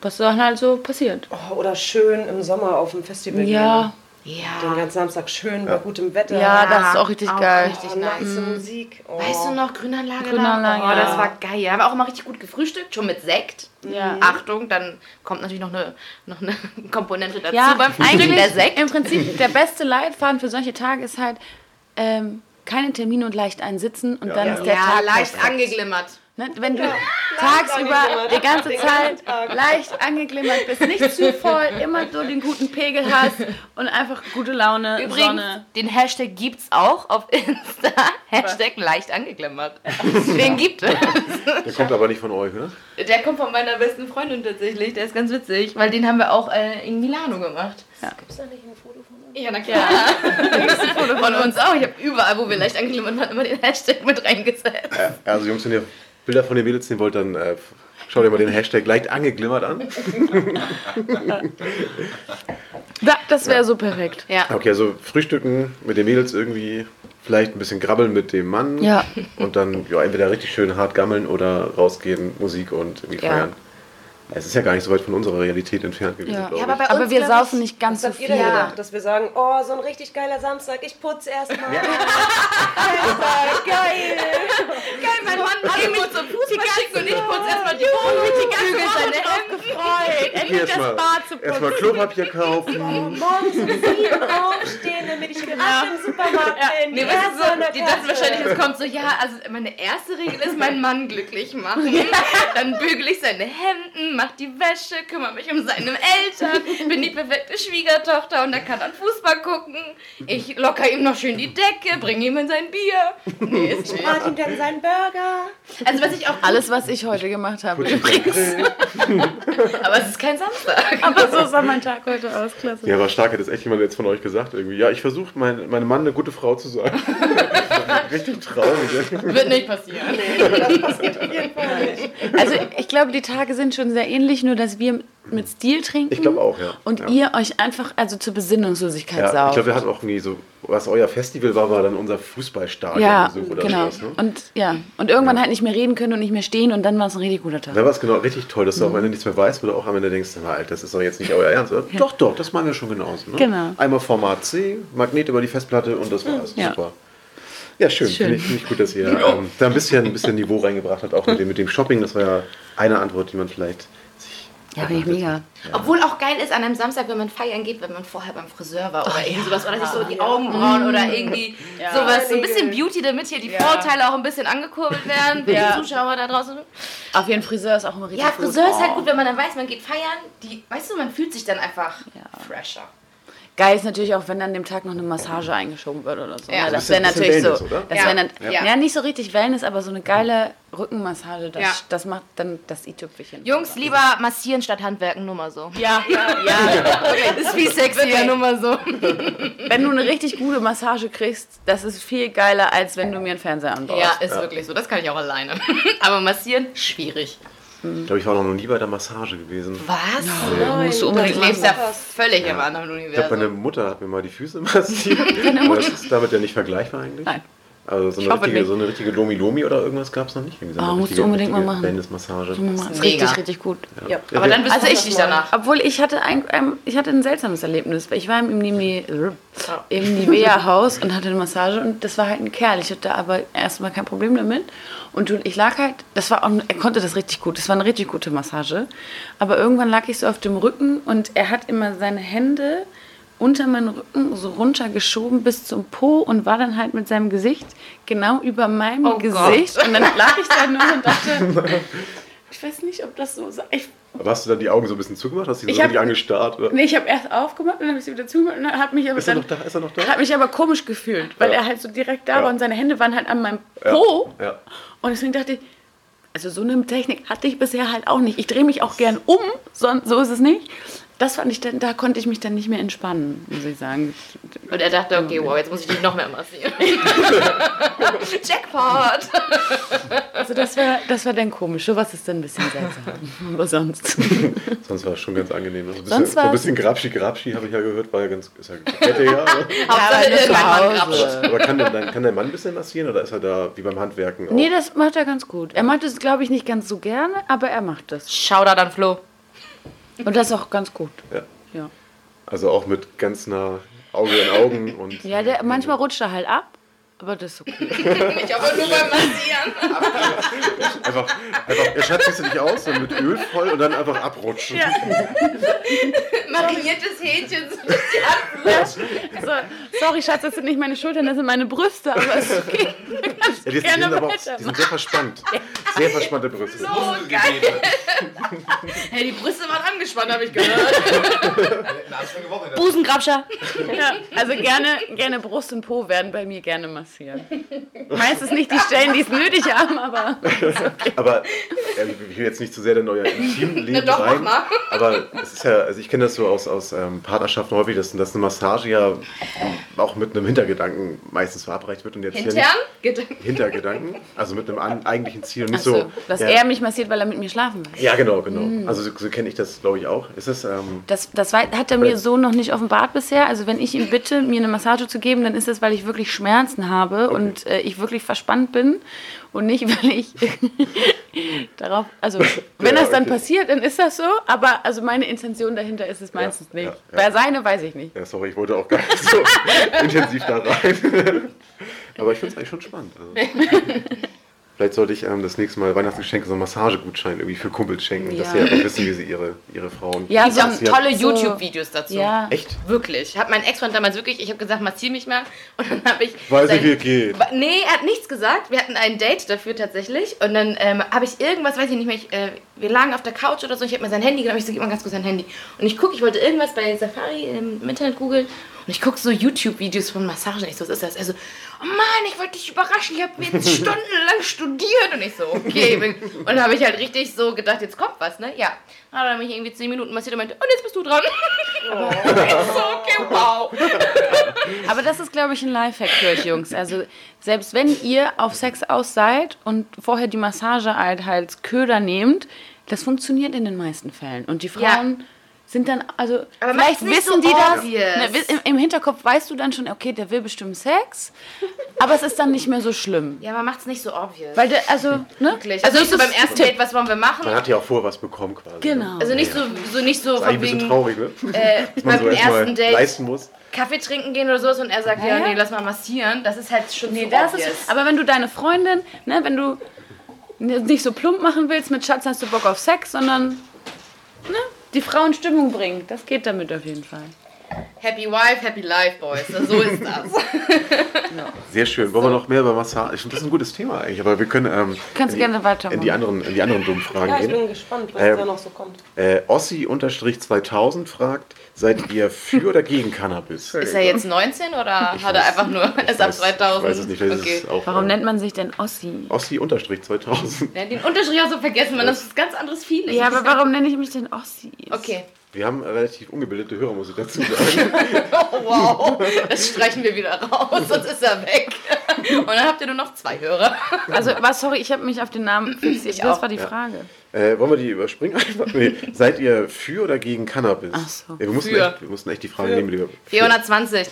Speaker 1: was dann halt so passiert.
Speaker 2: Oh, oder schön im Sommer auf dem Festival
Speaker 1: Ja,
Speaker 2: gehen. Den
Speaker 3: Ja.
Speaker 2: ganzen Samstag schön bei gutem Wetter.
Speaker 1: ja, Ah, das ist auch richtig
Speaker 3: auch
Speaker 1: geil.
Speaker 3: richtig.
Speaker 2: oh, nice Musik. Oh.
Speaker 3: Weißt du noch, Grünanlage?
Speaker 1: Grünanlage,
Speaker 3: da? oh,
Speaker 1: ja.
Speaker 3: das war geil. Haben wir auch immer richtig gut gefrühstückt, schon mit Sekt.
Speaker 1: Ja.
Speaker 3: Achtung, dann kommt natürlich noch eine, noch eine <laughs> Komponente dazu
Speaker 1: Ja,
Speaker 3: beim Frühstück,
Speaker 1: eigentlich
Speaker 3: der Sekt.
Speaker 1: im
Speaker 3: <laughs>
Speaker 1: Prinzip der beste Leitfaden für solche Tage ist halt ähm, keine Termine und leicht einsitzen und dann
Speaker 4: Ja.
Speaker 1: ist der
Speaker 3: Ja,
Speaker 1: Tag
Speaker 3: leicht
Speaker 1: perfekt.
Speaker 3: angeglimmert.
Speaker 1: Ne? Wenn du tagsüber
Speaker 2: angeglimmert.
Speaker 1: die ganze
Speaker 2: Den
Speaker 1: Zeit
Speaker 2: ganzen Tag.
Speaker 1: leicht angeglimmert bist, nicht zu voll, immer so den guten Pegel hast und einfach gute Laune,
Speaker 3: Übrigens,
Speaker 1: Sonne.
Speaker 3: den Hashtag gibt's auch auf <laughs> Insta. Hashtag leicht angeglimmert. Den gibt es.
Speaker 4: Der kommt aber nicht von euch, ne?
Speaker 3: Der kommt von meiner besten Freundin tatsächlich. Der ist ganz witzig, weil den haben wir auch äh, in Milano gemacht. Ja. Gibt's <laughs> da nicht ein Foto von uns? Ja, na klar. Ein Foto von uns auch. Ich habe überall, wo wir leicht angeglimmert waren, immer den Hashtag mit reingesetzt.
Speaker 4: Also Jungs, wenn ihr Bilder von den Mädels sehen wollt, dann äh, schaut ihr mal den Hashtag leicht angeglimmert an.
Speaker 1: Da, das wäre so perfekt.
Speaker 3: Ja.
Speaker 4: Okay, also frühstücken mit den Mädels irgendwie, vielleicht ein bisschen grabbeln mit dem Mann.
Speaker 1: Ja.
Speaker 4: Und dann ja, entweder richtig schön hart gammeln oder rausgehen, Musik und irgendwie
Speaker 3: Ja.
Speaker 4: feiern. Es ist ja gar nicht so weit von unserer Realität entfernt gewesen,
Speaker 1: Ja.
Speaker 4: glaube
Speaker 3: Ja,
Speaker 4: ich.
Speaker 3: aber bei
Speaker 1: Aber
Speaker 3: uns,
Speaker 1: wir
Speaker 3: glaub ich,
Speaker 1: saufen nicht ganz
Speaker 2: Was
Speaker 1: so
Speaker 2: habt ihr
Speaker 1: viel.
Speaker 2: denn
Speaker 3: Ja.
Speaker 2: gedacht, dass wir sagen, oh, so ein richtig geiler Samstag, ich putze erstmal. Samstag, geil.
Speaker 3: Geil, mein Mann hat mich zum Fußball schicken und ich putze erstmal die Wohnung mit die ganze Woche drauf gefreut.
Speaker 4: Hier erstmal erstmal Klopapier
Speaker 1: <laughs>
Speaker 4: kaufen.
Speaker 2: Morgens um sieben aufstehen, damit ich gerade im Supermarkt bin.
Speaker 3: Nee,
Speaker 2: Erst
Speaker 3: weißt du,
Speaker 2: an der
Speaker 3: so, die dachten
Speaker 2: Kasse.
Speaker 3: wahrscheinlich, es kommt so, ja, also meine erste Regel ist, meinen Mann glücklich machen. Dann bügel ich seine Hemden, mach die Wäsche, kümmere mich um seine Eltern, bin die perfekte Schwiegertochter und er kann dann Fußball gucken. Ich locker ihm noch schön die Decke, bringe ihm in sein Bier. Nee, <laughs> ist nicht.
Speaker 2: Martin dann seinen Burger.
Speaker 3: Also was ich auch
Speaker 1: Alles, was ich heute gemacht habe. Übrigens.
Speaker 3: aber es ist kein Samstag.
Speaker 1: Aber so sah mein Tag heute aus. Klasse.
Speaker 4: Ja, war stark, hat das echt jemand jetzt von euch gesagt irgendwie. Ja, ich versuche, mein, meinem Mann eine gute Frau zu
Speaker 1: <laughs>
Speaker 4: sein. richtig traurig.
Speaker 3: Wird nicht passieren.
Speaker 1: Also ich glaube, die Tage sind schon sehr ähnlich, nur dass wir mit Stil trinken.
Speaker 4: Ich glaube auch, ja.
Speaker 1: Und
Speaker 4: ja.
Speaker 1: ihr euch einfach also zur Besinnungslosigkeit
Speaker 4: Ja, ich
Speaker 1: saugt.
Speaker 4: glaube, wir hatten auch irgendwie so, was euer Festival war, war dann unser Fußballstadion
Speaker 1: ja,
Speaker 4: oder
Speaker 1: genau.
Speaker 4: sowas. Ne?
Speaker 1: Und ja, und irgendwann halt nicht mehr reden können und nicht mehr stehen und dann war es ein richtig guter Tag.
Speaker 4: Da war es genau richtig toll, dass du
Speaker 1: Mhm.
Speaker 4: am Ende nichts mehr weißt, wo du auch am Ende denkst, na, Alter, das ist doch jetzt nicht euer Ernst, oder? Doch, doch, das meinen wir schon genauso. Ne?
Speaker 1: Genau.
Speaker 4: Einmal Format C, Magnet über die Festplatte und das war's.
Speaker 1: Ja.
Speaker 4: Super. Ja, schön.
Speaker 1: Schön.
Speaker 4: Finde ich, finde ich gut, dass ihr ähm, da ein bisschen, ein bisschen Niveau reingebracht habt, auch mit dem, mit dem Shopping. Das war ja eine Antwort, die man vielleicht sich.
Speaker 1: Ja, finde ich mega.
Speaker 3: Obwohl auch geil ist an einem Samstag, wenn man feiern geht, wenn man vorher beim Friseur war oder irgendwie sowas oder sich so die Augenbrauen oder <laughs> irgendwie sowas, so ein bisschen Beauty, damit hier die Vorteile auch ein bisschen angekurbelt werden <laughs> für
Speaker 1: Ja.
Speaker 3: die Zuschauer da draußen.
Speaker 1: Auf jeden Friseur ist auch immer richtig
Speaker 3: Ja,
Speaker 1: gut.
Speaker 3: Friseur ist halt
Speaker 1: Oh.
Speaker 3: gut, wenn man dann weiß, man geht feiern. Die, weißt du, man fühlt sich dann einfach fresher.
Speaker 1: Geil ist natürlich auch, wenn an dem Tag noch eine Massage eingeschoben wird oder so.
Speaker 3: Ja.
Speaker 1: Ja, das wäre
Speaker 4: Bisschen- bisschen
Speaker 1: natürlich so.
Speaker 4: Wellness, oder?
Speaker 1: Das
Speaker 3: Ja.
Speaker 1: wäre dann,
Speaker 3: Ja.
Speaker 1: ja. nicht so richtig Wellness, aber so eine geile Rückenmassage, das,
Speaker 3: Ja.
Speaker 1: das macht dann das i-Tüpfelchen.
Speaker 3: Jungs, lieber massieren statt handwerken, nur mal so.
Speaker 1: Ja, ja,
Speaker 3: <laughs>
Speaker 1: ja.
Speaker 3: Das ist viel sexier, nur mal so.
Speaker 1: Wenn du eine richtig gute Massage kriegst, das ist viel geiler, als wenn du mir einen Fernseher anbaust.
Speaker 3: <laughs> Ja, ist wirklich so. Das kann ich auch alleine. Aber massieren, schwierig.
Speaker 4: Ich
Speaker 1: besten.
Speaker 4: glaube, ich war noch nie bei der Massage gewesen.
Speaker 3: Was?
Speaker 1: Ja,
Speaker 2: Nein,
Speaker 1: musst du unbedingt
Speaker 3: Du
Speaker 2: das
Speaker 3: lebst
Speaker 1: leben.
Speaker 3: ja
Speaker 2: macht was.
Speaker 3: völlig im anderen
Speaker 4: Ich glaube, meine
Speaker 3: Universum.
Speaker 4: Mutter hat mir mal die Füße <laughs> massiert. Aber das ist damit ja nicht vergleichbar eigentlich.
Speaker 1: Nein.
Speaker 4: Also so
Speaker 1: Ich
Speaker 4: eine,
Speaker 1: hoffe
Speaker 4: richtige,
Speaker 1: nicht.
Speaker 4: so eine richtige Lomi-Lomi oder irgendwas gab es noch nicht. Irgendwie so eine
Speaker 1: Ah, musst
Speaker 4: richtige-
Speaker 1: du unbedingt mal
Speaker 4: richtige
Speaker 1: machen.
Speaker 4: Wellness-Massage.
Speaker 1: Das ist
Speaker 3: Mega.
Speaker 1: richtig, richtig gut.
Speaker 2: Ja.
Speaker 3: Aber dann bist
Speaker 1: Also
Speaker 3: du
Speaker 1: ich-
Speaker 3: dich danach.
Speaker 1: Obwohl ich hatte ein, ein, ich hatte ein seltsames Erlebnis, weil ich war im Nimi, im Nivea Haus und hatte eine Massage und das war halt ein Kerl. Ich hatte aber erstmal kein Problem damit und du- ich lag halt, das war auch, er konnte das richtig gut. Das war eine richtig gute Massage, aber irgendwann lag ich so auf dem Rücken und er hat immer seine Hände unter meinen Rücken so runtergeschoben bis zum Po und war dann halt mit seinem Gesicht genau über meinem
Speaker 3: Oh
Speaker 1: Gesicht und dann lag ich da nur
Speaker 3: <laughs>
Speaker 1: und dachte, ich weiß nicht, ob das so sei. Ich
Speaker 4: Aber hast du dann die Augen so ein bisschen zugemacht? Hast du die
Speaker 1: Ich
Speaker 4: so
Speaker 1: hab-
Speaker 4: richtig angestarrt? Oder?
Speaker 1: Nee, ich habe erst aufgemacht und dann habe ich sie wieder zugemacht und habe mich aber
Speaker 4: Ist er
Speaker 1: dann
Speaker 4: noch da? Ist er noch da?
Speaker 1: hat mich aber komisch gefühlt, weil
Speaker 4: Ja.
Speaker 1: er halt so direkt da
Speaker 4: Ja.
Speaker 1: war und seine Hände waren halt an meinem Po
Speaker 4: Ja.
Speaker 1: und deswegen dachte ich, also so eine Technik hatte ich bisher halt auch nicht. Ich drehe mich auch gern um, so, so ist es nicht. Das fand ich dann, da konnte ich mich dann nicht mehr entspannen, muss ich sagen.
Speaker 3: Und er dachte, okay, wow, jetzt muss ich dich noch mehr massieren. <laughs> Jackpot!
Speaker 1: Also das war, das war dann komisch. So was ist dann ein bisschen seltsam. <laughs> Aber sonst.
Speaker 4: Sonst war es schon ganz angenehm. Also ein bisschen,
Speaker 1: Sonst
Speaker 4: so ein
Speaker 1: war's-
Speaker 4: bisschen Grabschi-Grabschi habe ich ja gehört, war ja ganz. Ist ja kräftiger, ne?
Speaker 1: <laughs>
Speaker 3: Hauptsache,
Speaker 1: nur zu
Speaker 3: irgendwann mal
Speaker 1: Hause.
Speaker 3: grapscht.
Speaker 4: Aber kann, denn dein, kann dein Mann ein bisschen massieren oder ist er da wie beim Handwerken? Auch?
Speaker 1: Nee, das macht er ganz gut. Er macht es, glaube ich, nicht ganz so gerne, aber er macht das.
Speaker 3: Shoutout an Flo.
Speaker 1: Und das ist auch ganz gut.
Speaker 4: ja.
Speaker 1: Ja.
Speaker 4: Also auch mit ganz nah Auge in Augen und.
Speaker 1: Ja, der, manchmal rutscht er halt ab, aber das ist okay.
Speaker 3: Ich aber nur beim <laughs> Massieren.
Speaker 4: Einfach, einfach, er schreibt sich nicht aus, dann mit Öl voll und dann einfach abrutschen.
Speaker 3: Markiertes Hähnchen.
Speaker 1: <laughs> So, sorry, Schatz, das sind nicht meine Schultern, das sind meine Brüste, aber es ist okay.
Speaker 4: Ja, die, die,
Speaker 1: Gerne
Speaker 4: sind aber auch,
Speaker 1: weiter.
Speaker 4: die sind sehr verspannt. Sehr verspannte Brüste.
Speaker 5: geil.
Speaker 3: Hey, die Brüste waren angespannt, habe ich gehört.
Speaker 5: Woche.
Speaker 3: Busengrabscher.
Speaker 1: <laughs> Ja, also gerne, gerne Brust und Po werden bei mir gerne massiert. Meistens nicht die Stellen, die es nötig haben, aber
Speaker 4: Aber äh, ich will jetzt nicht zu sehr in euer
Speaker 3: <laughs>
Speaker 4: Intimleben
Speaker 3: Na doch,
Speaker 4: rein.
Speaker 3: mach mal.
Speaker 4: Aber es ist ja, also ich kenne das so aus, aus ähm, Partnerschaften häufig, dass, dass eine Massage ja auch mit einem Hintergedanken meistens verabreicht wird und jetzt ja
Speaker 3: Intern? Gedanken.
Speaker 4: nicht Hintergedanken, also mit einem an, eigentlichen Ziel und nicht
Speaker 1: so,
Speaker 4: so.
Speaker 1: dass
Speaker 4: ja,
Speaker 1: er mich massiert, weil er mit mir schlafen will.
Speaker 4: ja, genau, genau.
Speaker 3: Mm.
Speaker 4: Also so, so kenne ich das, glaube ich, auch. Ist das, ähm,
Speaker 1: Das, das wei- hat er
Speaker 4: Äh.
Speaker 1: mir so noch nicht offenbart bisher. Also wenn ich ihn bitte, mir eine Massage zu geben, dann ist das, weil ich wirklich Schmerzen habe und äh, ich wirklich verspannt bin und nicht, <laughs> weil
Speaker 4: <laughs>
Speaker 1: ich darauf, also wenn
Speaker 4: Ja,
Speaker 1: das dann
Speaker 4: okay.
Speaker 1: passiert, dann ist das so. Aber also meine Intention dahinter ist es meistens
Speaker 4: ja,
Speaker 1: nicht.
Speaker 4: ja.
Speaker 1: Bei seine weiß ich nicht.
Speaker 4: ja, sorry, ich wollte auch gar nicht so intensiv da rein. <laughs> Aber ich finde es eigentlich schon spannend. Also. Vielleicht sollte ich ähm, das nächste Mal Weihnachtsgeschenke so einen Massagegutschein irgendwie für Kumpels schenken, dass sie
Speaker 1: Ja.
Speaker 4: einfach wissen, wie sie ihre, ihre Frauen.
Speaker 1: Ja,
Speaker 3: Die haben
Speaker 1: so-
Speaker 4: massieren.
Speaker 3: tolle
Speaker 1: So.
Speaker 3: YouTube-Videos dazu.
Speaker 1: Ja.
Speaker 4: Echt?
Speaker 3: Wirklich. Hat mein Ex-Freund damals wirklich, ich habe gesagt, massier mich mal. Und dann habe ich.
Speaker 4: Weiß
Speaker 3: sein-
Speaker 4: ich, wie es geht.
Speaker 3: Wa- Nee, er hat nichts gesagt. Wir hatten ein Date dafür tatsächlich. Und dann ähm, habe ich irgendwas, weiß ich nicht mehr, ich, äh, wir lagen auf der Couch oder so. Ich habe mir sein Handy genommen. Ich so, gib mal ganz kurz sein Handy. Und ich gucke, ich wollte irgendwas bei Safari im Internet googeln. Und ich gucke so YouTube-Videos von Massagen. Ich so, was ist das? Er so, oh Mann, ich wollte dich überraschen. Ich habe jetzt stundenlang studiert. Und ich so, okay. bin- Und dann habe ich halt richtig so gedacht, jetzt kommt was, ne? Ja. Hat er mich irgendwie zehn Minuten massiert und meinte, und jetzt bist du dran. <laughs> ich so, okay, wow.
Speaker 1: Aber das ist, glaube ich, ein Lifehack für euch Jungs. Also selbst wenn ihr auf Sex aus seid und vorher die Massage halt als Köder nehmt, das funktioniert in den meisten Fällen. Und die
Speaker 3: Ja.
Speaker 1: Frauen sind dann, also
Speaker 3: Aber macht's
Speaker 1: vielleicht
Speaker 3: nicht
Speaker 1: wissen
Speaker 3: so
Speaker 1: die das.
Speaker 3: obvious.
Speaker 1: Ne, wi- im, Im Hinterkopf weißt du dann schon, okay, der will bestimmt Sex, aber es ist dann nicht mehr so schlimm.
Speaker 3: Ja, man macht's nicht so obvious.
Speaker 1: Weil der, also, ne?
Speaker 3: Wirklich. Also, nicht so
Speaker 1: es
Speaker 3: beim
Speaker 1: ist-
Speaker 3: ersten Date, was wollen wir machen?
Speaker 4: Man hat ja auch vorher was bekommen quasi.
Speaker 1: Genau.
Speaker 3: Also nicht so, so nicht so
Speaker 4: Das ist eigentlich
Speaker 3: von
Speaker 4: ein bisschen
Speaker 3: wegen
Speaker 4: traurig, ne? <laughs>
Speaker 3: äh,
Speaker 4: Man
Speaker 3: beim
Speaker 4: so erstmal
Speaker 3: ersten Date
Speaker 4: leisten muss.
Speaker 3: Kaffee trinken gehen oder sowas und er sagt, ja,
Speaker 1: Ja.
Speaker 3: nee, lass mal massieren. Das ist halt schon
Speaker 1: Nee,
Speaker 3: nee,
Speaker 1: das ist, aber wenn du deine Freundin, ne, wenn du nicht so plump machen willst, mit Schatz hast du Bock auf Sex, sondern ne, die Frauen Stimmung bringen. Das geht damit auf jeden Fall.
Speaker 3: Happy Wife, Happy Life, Boys. Also So <laughs> ist das.
Speaker 4: Sehr schön. Wollen wir noch mehr über Massage? Ich finde das ist ein gutes Thema eigentlich, aber wir können ähm,
Speaker 1: Kannst
Speaker 4: in die,
Speaker 1: gerne weitermachen.
Speaker 4: In die anderen, in die anderen dummen Fragen
Speaker 2: Ja, ich bin
Speaker 4: gehen.
Speaker 2: gespannt, was
Speaker 4: Ähm,
Speaker 2: da noch so kommt.
Speaker 4: Äh, Ossi-2000 fragt, seid ihr für oder gegen Cannabis?
Speaker 3: ist er jetzt 19 oder hat er einfach nur, ist ab
Speaker 4: Weiß- Ich
Speaker 3: 2000?
Speaker 4: weiß es nicht. vielleicht
Speaker 3: okay.
Speaker 4: Ist es auch,
Speaker 1: Warum
Speaker 4: ähm,
Speaker 1: nennt man sich denn Ossi?
Speaker 4: Ossi-2000.
Speaker 3: Ja, den Unterstrich hast du vergessen, man, das ist ein ganz anderes Feeling.
Speaker 1: Ja, aber warum nenne ich mich denn Ossi?
Speaker 3: Okay. <laughs>
Speaker 4: Wir haben relativ ungebildete Hörer, muss ich dazu sagen. <laughs>
Speaker 3: Oh, wow. Das streichen wir wieder raus, sonst ist er weg. Und dann habt ihr nur noch zwei Hörer.
Speaker 1: Also, was, sorry, ich habe mich auf den
Speaker 3: <clears throat>
Speaker 1: Namen fixiert.
Speaker 3: Ich
Speaker 1: Das
Speaker 3: auch,
Speaker 1: war die Frage.
Speaker 4: Äh, wollen wir die überspringen? einfach? nee. Seid ihr für oder gegen Cannabis?
Speaker 1: Ach so.
Speaker 4: Ja, wir, mussten
Speaker 3: Für.
Speaker 4: echt, wir mussten echt die Frage nehmen. Die wir
Speaker 3: 420.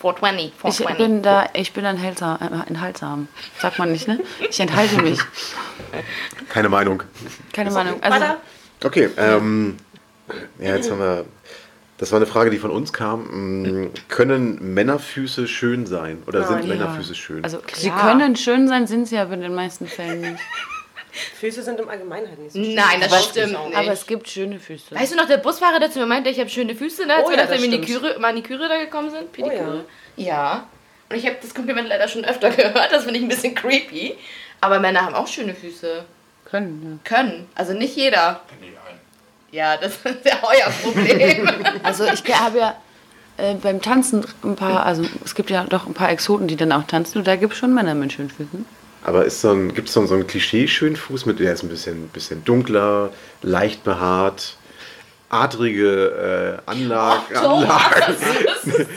Speaker 3: 420.
Speaker 1: Ich
Speaker 3: 420.
Speaker 1: bin da, ich bin enthaltsam, äh, enthaltsam. Sagt man nicht, ne? Ich enthalte mich.
Speaker 4: Keine Meinung.
Speaker 1: Keine Ahnung. Also,
Speaker 2: Warte,
Speaker 4: Okay, ähm, ja, jetzt haben wir. Das war eine Frage, die von uns kam. Ähm, Können Männerfüße schön sein? Oder
Speaker 3: Oh
Speaker 4: sind
Speaker 2: Nein.
Speaker 4: Männerfüße schön?
Speaker 1: also sie
Speaker 3: Klar.
Speaker 1: können schön sein, sind sie aber in den meisten Fällen nicht.
Speaker 2: Füße sind im Allgemeinen halt nicht so schön.
Speaker 3: Nein, das stimmt nicht.
Speaker 1: Aber es gibt schöne Füße.
Speaker 3: Weißt du noch, der Busfahrer, der zu mir meinte, ich habe schöne Füße, ne? als
Speaker 2: Oh
Speaker 3: wir
Speaker 2: ja,
Speaker 3: nach der
Speaker 2: das stimmt.
Speaker 3: Maniküre, Maniküre da gekommen sind? Pediküre? Oh ja. Und ich habe das Kompliment leider schon öfter <laughs> gehört, das finde ich ein bisschen creepy. Aber Männer haben auch schöne Füße.
Speaker 1: können,
Speaker 3: Können. Also nicht jeder. Ja, das <laughs> ist ja euer Problem.
Speaker 1: ja. Also ich habe ja äh, beim Tanzen ein paar, also es gibt ja doch ein paar Exoten, die dann auch tanzen. Und da gibt es schon Männer mit schönen Füßen.
Speaker 4: Aber ist so ein, gibt es so, so einen Klischee-Schönfuß mit, der ist ein bisschen, bisschen dunkler, leicht behaart, adrige äh, Anlag, Anlagen. <laughs>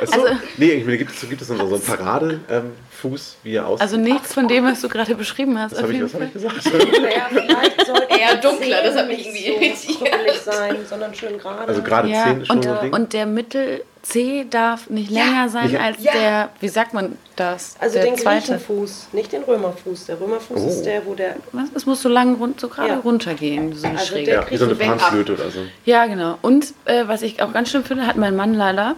Speaker 4: Ach so,
Speaker 1: Also
Speaker 4: nee, ich meine, gibt es gibt es noch so einen Paradefuß, ähm, wie er aussieht?
Speaker 1: Also nichts von dem, was du gerade beschrieben hast.
Speaker 4: das
Speaker 1: auf
Speaker 4: habe ich,
Speaker 1: jeden
Speaker 4: was
Speaker 1: Fall.
Speaker 4: hab ich gesagt?
Speaker 2: Naja,
Speaker 3: <laughs>
Speaker 2: vielleicht sollten
Speaker 3: Eher
Speaker 2: die
Speaker 3: dunkler, das
Speaker 2: Zehen
Speaker 3: hat mich
Speaker 2: nicht
Speaker 3: irgendwie
Speaker 2: so krummelig sein, sondern schön gerade.
Speaker 4: Also gerade
Speaker 1: Ja,
Speaker 4: Zehen ist schon
Speaker 1: und, äh,
Speaker 4: so ein Ding.
Speaker 1: und der Mittel C darf nicht länger sein
Speaker 4: Ja.
Speaker 1: als
Speaker 3: Ja.
Speaker 1: der, wie sagt man das?
Speaker 2: also
Speaker 1: der
Speaker 2: den Griechenfuß, nicht den Römerfuß. Der Römerfuß
Speaker 4: Oh.
Speaker 2: ist der, wo der
Speaker 1: Was? Es muss so lang rund, so gerade
Speaker 2: Ja.
Speaker 1: runtergehen, so eine
Speaker 2: Also
Speaker 1: schräge.
Speaker 2: der-
Speaker 4: ja, wie so eine
Speaker 2: Kriegst du
Speaker 3: Backup.
Speaker 4: Panflöte oder so.
Speaker 1: Ja, genau. Und äh, was ich auch ganz schlimm finde, hat mein Mann leider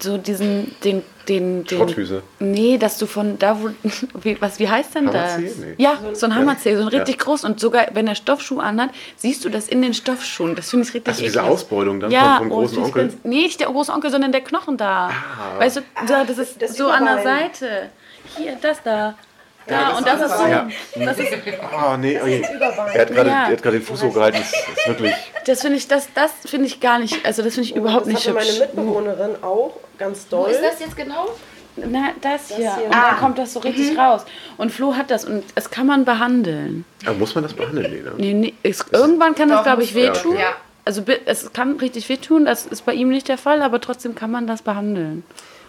Speaker 1: so diesen, den, den, den.
Speaker 4: Schrottfüße.
Speaker 1: Nee, dass du von da, wo, <laughs> wie, was, wie heißt denn das?
Speaker 4: Hammerzeh? Nee.
Speaker 1: Ja, so ein Hammerzeh, so ein
Speaker 4: Ja.
Speaker 1: richtig groß und sogar, wenn er Stoffschuh anhat, siehst du das in den Stoffschuhen. Das finde ich richtig
Speaker 4: Also diese
Speaker 1: eklig.
Speaker 4: Ausbeulung dann
Speaker 1: Ja,
Speaker 4: vom, vom
Speaker 1: oh,
Speaker 4: großen
Speaker 1: süß,
Speaker 4: Onkel. Ah.
Speaker 1: ganz- Nee, nicht der große Onkel, sondern der Knochen da. Weißt du, da, Ah, das ist
Speaker 2: das
Speaker 1: so an der
Speaker 2: Überbein.
Speaker 1: Seite. Hier, das da. Da,
Speaker 4: das
Speaker 1: und das ist so.
Speaker 4: Ja. Ah, nee, okay. Er hat gerade
Speaker 1: Ja.
Speaker 4: er hat gerade den Fuß hochgehalten. Das ist wirklich.
Speaker 1: Das finde ich, das, das finde ich gar nicht, also das finde ich überhaupt
Speaker 2: das
Speaker 1: nicht
Speaker 2: hatte meine
Speaker 1: hübsch.
Speaker 2: Mitbewohnerin auch ganz
Speaker 3: <laughs> Wo
Speaker 2: doll.
Speaker 3: ist das jetzt genau?
Speaker 1: Na, das, hier.
Speaker 2: hier.
Speaker 1: Und dann kommt das so richtig raus. Und Flo hat das und es kann man behandeln.
Speaker 4: Aber Ah, muss man das behandeln, nee, ne?
Speaker 1: Nee, nee, es, irgendwann kann das,
Speaker 3: Doch,
Speaker 1: glaube ich,
Speaker 3: muss-
Speaker 1: wehtun.
Speaker 3: Ja.
Speaker 1: Also bi- es kann richtig wehtun, das ist bei ihm nicht der Fall, aber trotzdem kann man das behandeln.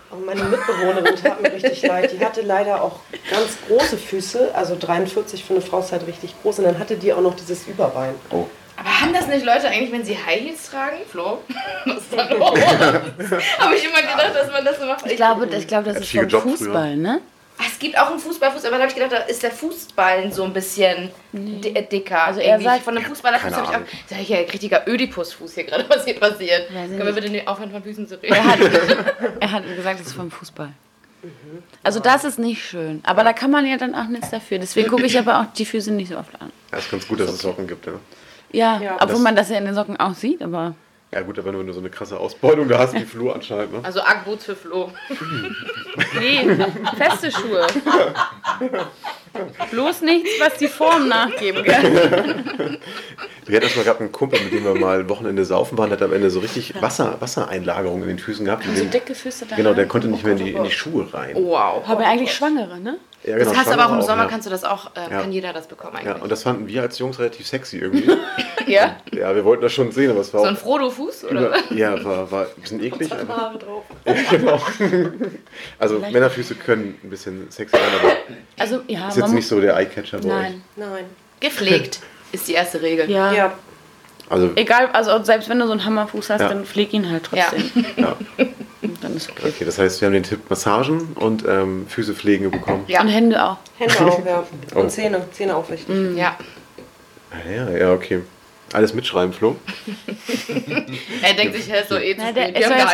Speaker 2: Und Oh, meine Mitbewohnerin tat mir richtig
Speaker 1: <laughs>
Speaker 2: leid. Die hatte leider auch ganz große Füße, also 43 für eine Frau ist halt richtig groß. Und dann hatte die auch noch dieses Überbein.
Speaker 4: Oh.
Speaker 3: Aber haben das nicht Leute eigentlich, wenn sie High Heels tragen? Flo? <laughs> Was ist da los? Habe ich immer gedacht, dass man das so macht.
Speaker 1: Ich glaube, ich glaube das
Speaker 4: Hat
Speaker 1: ist
Speaker 4: viel
Speaker 1: vom
Speaker 4: gejobbt früher.
Speaker 1: Fußball, ne?
Speaker 3: Ah, Es gibt auch einen Fußballfuß, aber da habe ich gedacht, da ist der Fußballen so ein bisschen di- äh, dicker. Also
Speaker 1: er
Speaker 3: er sagt,
Speaker 1: sagt-
Speaker 3: von einem Fußballerfuß
Speaker 4: Keine
Speaker 3: habe ich
Speaker 4: Ahnung.
Speaker 3: auch. Da ich ja ein richtiger Ödipus-Fuß hier gerade, <laughs> was hier passiert.
Speaker 1: Weiß ich
Speaker 3: Können wir
Speaker 1: nicht.
Speaker 3: bitte den Aufwand von Füßen zu reden?
Speaker 1: Er hat, <laughs> er hat gesagt, das ist vom Fußball. Also das ist nicht schön, aber da kann man ja dann auch nichts dafür. Deswegen gucke ich aber auch die Füße nicht so oft an.
Speaker 4: Das ist ganz gut, dass es Socken gibt, ne?
Speaker 1: Ja,
Speaker 2: Ja.
Speaker 1: obwohl
Speaker 4: Das-
Speaker 1: man das ja in den Socken auch sieht, aber
Speaker 4: Ja gut, aber wenn du so eine krasse Ausbeulung da hast, wie Flo anscheinend, ne?
Speaker 3: Also Ackboots für Flo.
Speaker 1: Nee, feste Schuhe. Bloß nichts, was die Form nachgeben kann.
Speaker 4: Wir hatten erstmal gehabt einen Kumpel, mit dem wir mal ein Wochenende saufen waren, hat am Ende so richtig Wasser, Wassereinlagerungen in den Füßen gehabt. mit
Speaker 1: So
Speaker 4: dem-
Speaker 1: dicke Füße da.
Speaker 3: ne?
Speaker 4: genau, der konnte nicht mehr in
Speaker 3: Oh,
Speaker 4: die, in die Schuhe rein.
Speaker 3: Wow.
Speaker 1: Aber eigentlich Schwangere, ne?
Speaker 4: Ja,
Speaker 3: Das kannst du aber auch im
Speaker 4: Schwangere
Speaker 3: Sommer,
Speaker 4: ja.
Speaker 3: kannst du das auch, äh,
Speaker 4: Ja.
Speaker 3: kann jeder das bekommen
Speaker 4: Ja, und
Speaker 3: eigentlich.
Speaker 4: das fanden wir als Jungs relativ sexy irgendwie.
Speaker 3: <laughs> Ja?
Speaker 4: ja, wir wollten das schon sehen, aber es war
Speaker 3: So ein
Speaker 4: auch...
Speaker 3: Frodo-Fuß? Oder?
Speaker 4: Über, ja, war, war ein bisschen eklig. Aber,
Speaker 2: Haare drauf.
Speaker 4: genau. Also Männerfüße können ein bisschen sexy sein, aber
Speaker 1: Also, ja,
Speaker 4: ist jetzt nicht so der Eyecatcher bei euch.
Speaker 1: Nein.
Speaker 2: Nein.
Speaker 3: Gepflegt ist die erste Regel.
Speaker 1: Ja.
Speaker 2: Ja,
Speaker 4: Also,
Speaker 1: Egal, also selbst wenn du so einen Hammerfuß hast,
Speaker 4: Ja.
Speaker 1: dann pfleg ihn halt trotzdem.
Speaker 4: ja.
Speaker 1: Und dann ist okay.
Speaker 4: Okay, das heißt, wir haben den Tipp Massagen und ähm, Füße pflegen bekommen.
Speaker 3: Ja.
Speaker 1: Und Hände auch.
Speaker 2: Hände auch, ja. Und
Speaker 4: Oh.
Speaker 2: Zähne, Zähne auch
Speaker 1: Mm.
Speaker 2: wichtig.
Speaker 3: ja.
Speaker 4: Ah, Ja, ja, okay. Alles mitschreiben, Flo.
Speaker 3: Er denkt sich, er ist so eh
Speaker 1: Na,
Speaker 3: zu
Speaker 1: der
Speaker 3: spät.
Speaker 1: ist
Speaker 3: Wir
Speaker 1: ja
Speaker 3: haben
Speaker 1: jetzt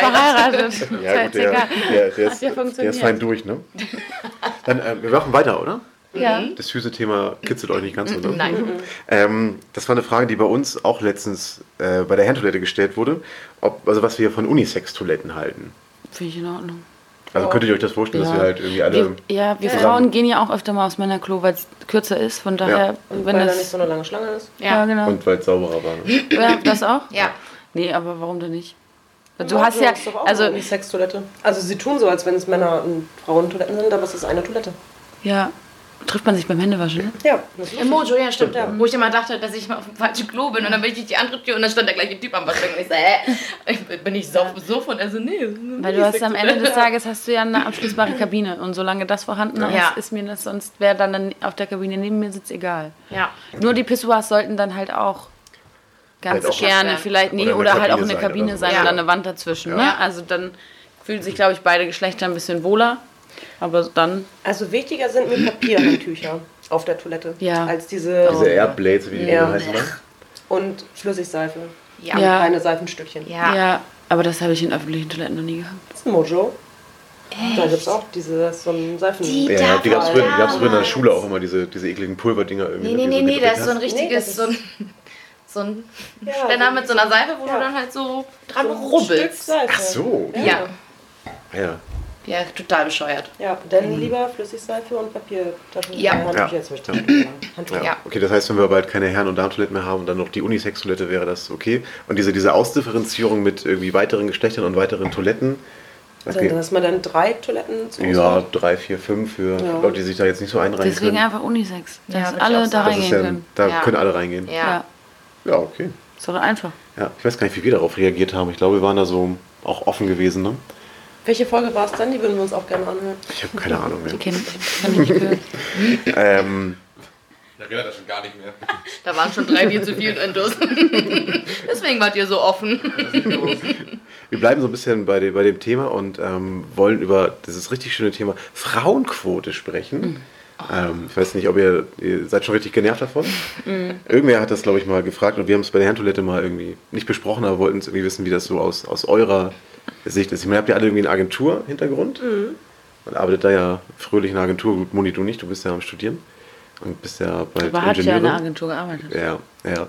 Speaker 1: verheiratet.
Speaker 3: geheiratet.
Speaker 1: ist ja jetzt
Speaker 4: der,
Speaker 1: egal.
Speaker 4: der, der, ist,
Speaker 1: ja
Speaker 4: der
Speaker 1: funktioniert.
Speaker 4: ist fein durch, ne? Dann, äh, wir machen weiter, oder?
Speaker 1: Ja.
Speaker 4: Das Füße-Thema kitzelt euch nicht ganz so, ne?
Speaker 3: Nein.
Speaker 4: Ähm, das war eine Frage, die bei uns auch letztens äh, bei der Herrentoilette gestellt wurde. Ob, also, was wir von Unisex-Toiletten halten.
Speaker 1: Finde ich in Ordnung.
Speaker 4: Also,
Speaker 3: Oh.
Speaker 4: könntet ihr euch das vorstellen, dass wir halt irgendwie alle.
Speaker 1: wir, ja, wir Frauen gehen ja auch öfter mal aufs Männerklo, weil es kürzer ist. Von daher,
Speaker 2: Und
Speaker 1: wenn
Speaker 2: weil da nicht
Speaker 1: das.
Speaker 2: so eine lange Schlange ist.
Speaker 1: ja.
Speaker 3: Ja.
Speaker 1: genau.
Speaker 4: Und weil es sauberer war. Ne?
Speaker 1: Ja, das auch?
Speaker 3: Ja.
Speaker 1: Nee, aber warum denn nicht? Du hast ja,
Speaker 2: ist doch auch
Speaker 1: also,
Speaker 2: eine Sextoilette. Also sie tun so, als wenn es Männer und Frauentoiletten sind, aber es ist eine Toilette.
Speaker 1: ja, trifft man sich beim Händewaschen,
Speaker 3: <laughs>
Speaker 1: ne?
Speaker 2: Ja,
Speaker 3: Im Mojo, ja, stimmt.
Speaker 2: Ja.
Speaker 3: Wo ich immer dachte, dass ich mal auf dem falschen Klo bin und dann bin ich durch die andere Tür und dann stand der gleiche Typ am Waschbecken und ich so, hä? Ich bin- Bin ich so, so von, also nee. das ist eine
Speaker 1: Weil du hast am
Speaker 3: bisexuelle.
Speaker 1: Ende des Tages hast du ja eine abschließbare Kabine und solange das vorhanden
Speaker 3: Ja.
Speaker 1: ist, ist mir das sonst, wer dann, dann auf der Kabine neben mir sitzt, egal.
Speaker 3: Ja.
Speaker 1: Nur die Pissoirs sollten dann halt auch ganz
Speaker 4: Halt auch-
Speaker 1: gerne vielleicht nee,
Speaker 4: Oder
Speaker 1: oder,
Speaker 4: eine
Speaker 1: halt auch
Speaker 4: Kabine
Speaker 1: eine
Speaker 4: sein
Speaker 1: Kabine
Speaker 4: oder so.
Speaker 1: sein
Speaker 3: Ja.
Speaker 1: oder eine Wand dazwischen. Ne? Also dann fühlen sich, glaube ich, beide Geschlechter ein bisschen wohler. Aber dann,
Speaker 2: Also wichtiger sind mir Papierhandtücher auf der Toilette
Speaker 1: Ja.
Speaker 2: als diese
Speaker 4: Diese Airblades, wie die
Speaker 2: Ja.
Speaker 4: heißen. ne?
Speaker 2: und Flüssigseife.
Speaker 3: Ja.
Speaker 2: Und
Speaker 1: Ja.
Speaker 2: kleine Seifenstückchen.
Speaker 1: ja.
Speaker 3: Ja.
Speaker 1: aber das habe ich in öffentlichen Toiletten noch nie gehabt.
Speaker 2: Das ist ein Mojo. Da gibt es auch diese, so ein Seifen.
Speaker 3: Die-
Speaker 4: Ja, ja, die gab es früher, die gab's früher in der
Speaker 3: Damals.
Speaker 4: Schule auch immer, diese, diese ekligen Pulverdinger irgendwie. ne,
Speaker 3: Nee, nee,
Speaker 4: die
Speaker 3: nee,
Speaker 4: du
Speaker 3: nee, da
Speaker 4: gedreht
Speaker 3: ist so ein
Speaker 4: hast.
Speaker 2: Nee, das
Speaker 3: richtiges,
Speaker 2: ist-
Speaker 3: so ein, so ein
Speaker 2: Ja,
Speaker 3: Ständer mit so einer Seife, wo
Speaker 2: Ja.
Speaker 3: du dann halt so dran
Speaker 2: so ein Stück
Speaker 3: rubbelst.
Speaker 2: Seife.
Speaker 4: Ach so.
Speaker 2: Ja.
Speaker 3: Ja.
Speaker 4: Ja.
Speaker 3: Ja, total bescheuert.
Speaker 2: Ja, dann lieber Flüssigseife und Papier. Das sind
Speaker 3: Ja.
Speaker 2: meine Handtücher
Speaker 4: Ja.
Speaker 2: jetzt möchte ich
Speaker 4: <clears throat> Ja.
Speaker 2: Handtücher.
Speaker 3: Ja.
Speaker 4: Okay, das heißt, wenn wir bald keine Herren- und Damentoiletten mehr haben und dann noch die Unisex-Toilette, wäre das okay. Und diese, diese Ausdifferenzierung mit irgendwie weiteren Geschlechtern und weiteren Toiletten. weiß
Speaker 2: Dann,
Speaker 4: nicht,
Speaker 2: dass man dann drei Toiletten zu
Speaker 4: ja, drei, vier, fünf für
Speaker 2: Ja.
Speaker 4: Leute, die sich da jetzt nicht so einreihen
Speaker 1: Deswegen
Speaker 4: können.
Speaker 1: einfach Unisex,
Speaker 3: Ja,
Speaker 1: dass
Speaker 3: würd ich auch
Speaker 1: alle da
Speaker 3: sagen.
Speaker 4: Das ist
Speaker 1: reingehen
Speaker 4: ja,
Speaker 1: können.
Speaker 4: da
Speaker 3: Ja.
Speaker 4: können alle reingehen.
Speaker 1: Ja.
Speaker 3: Ja.
Speaker 4: ja, okay.
Speaker 1: ist doch einfach.
Speaker 4: Ja, ich weiß gar nicht, wie wir darauf reagiert haben. Ich glaube, wir waren da so auch offen gewesen. Ne?
Speaker 2: Welche Folge war es dann? Die würden wir uns auch gerne anhören.
Speaker 4: Ich habe keine Ahnung mehr.
Speaker 1: Okay, ich kann mich nicht gehört.
Speaker 4: Ähm,
Speaker 5: Ich erinnere das schon gar nicht mehr.
Speaker 3: Da waren schon drei Bier zu viel und Endos. <laughs> Deswegen wart ihr so offen.
Speaker 4: wir bleiben so ein bisschen bei, de bei dem Thema und ähm, wollen über dieses richtig schöne Thema Frauenquote
Speaker 1: Mhm.
Speaker 4: sprechen. Ähm, ich weiß nicht, ob ihr, ihr seid schon richtig genervt davon.
Speaker 1: Mhm.
Speaker 4: Irgendwer hat das, glaube ich, mal gefragt und wir haben es bei der Herrentoilette mal irgendwie nicht besprochen, aber wollten es irgendwie wissen, wie das so aus, aus eurer Sicht ist. Ich meine, habt ihr alle irgendwie einen Agentur-Hintergrund?
Speaker 1: Mhm.
Speaker 4: Und arbeitet da ja fröhlich in einer Agentur. Gut, Moni, du nicht, du bist ja am Studieren und bist ja bald
Speaker 1: Aber hat ja in
Speaker 4: Ingenieurin.
Speaker 1: der Agentur gearbeitet.
Speaker 4: Ja, ja.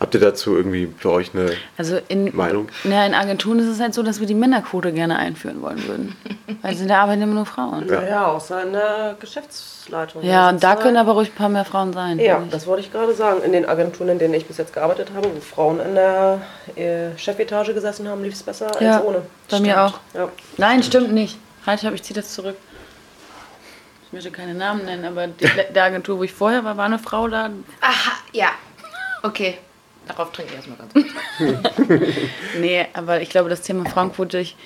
Speaker 4: Habt ihr dazu irgendwie für euch eine
Speaker 1: Also in,
Speaker 4: Meinung?
Speaker 1: na, in Agenturen ist es halt so, dass wir die Männerquote gerne einführen wollen würden. Weil es in der Arbeit immer nur Frauen.
Speaker 4: Ja.
Speaker 2: Ja, ja außer in der Geschäftsleitung.
Speaker 1: Ja, und da
Speaker 2: Das ist
Speaker 1: können
Speaker 2: mal-
Speaker 1: aber ruhig ein paar mehr Frauen sein.
Speaker 2: Ja,
Speaker 1: finde ich.
Speaker 2: das wollte ich gerade sagen. In den Agenturen, in denen ich bis jetzt gearbeitet habe, wo Frauen in der äh, Chefetage gesessen haben, lief es besser
Speaker 1: Ja,
Speaker 2: als ohne.
Speaker 1: bei mir auch.
Speaker 2: Ja.
Speaker 1: Nein, stimmt nicht. Reinschreib, ich ziehe das zurück. Ich möchte keine Namen nennen, aber die, der Agentur, wo ich vorher war, war eine Frau da.
Speaker 3: Aha, ja. Okay. Darauf trinke ich erstmal ganz kurz.
Speaker 1: Nee, aber ich glaube, das Thema Frauenquote, ich,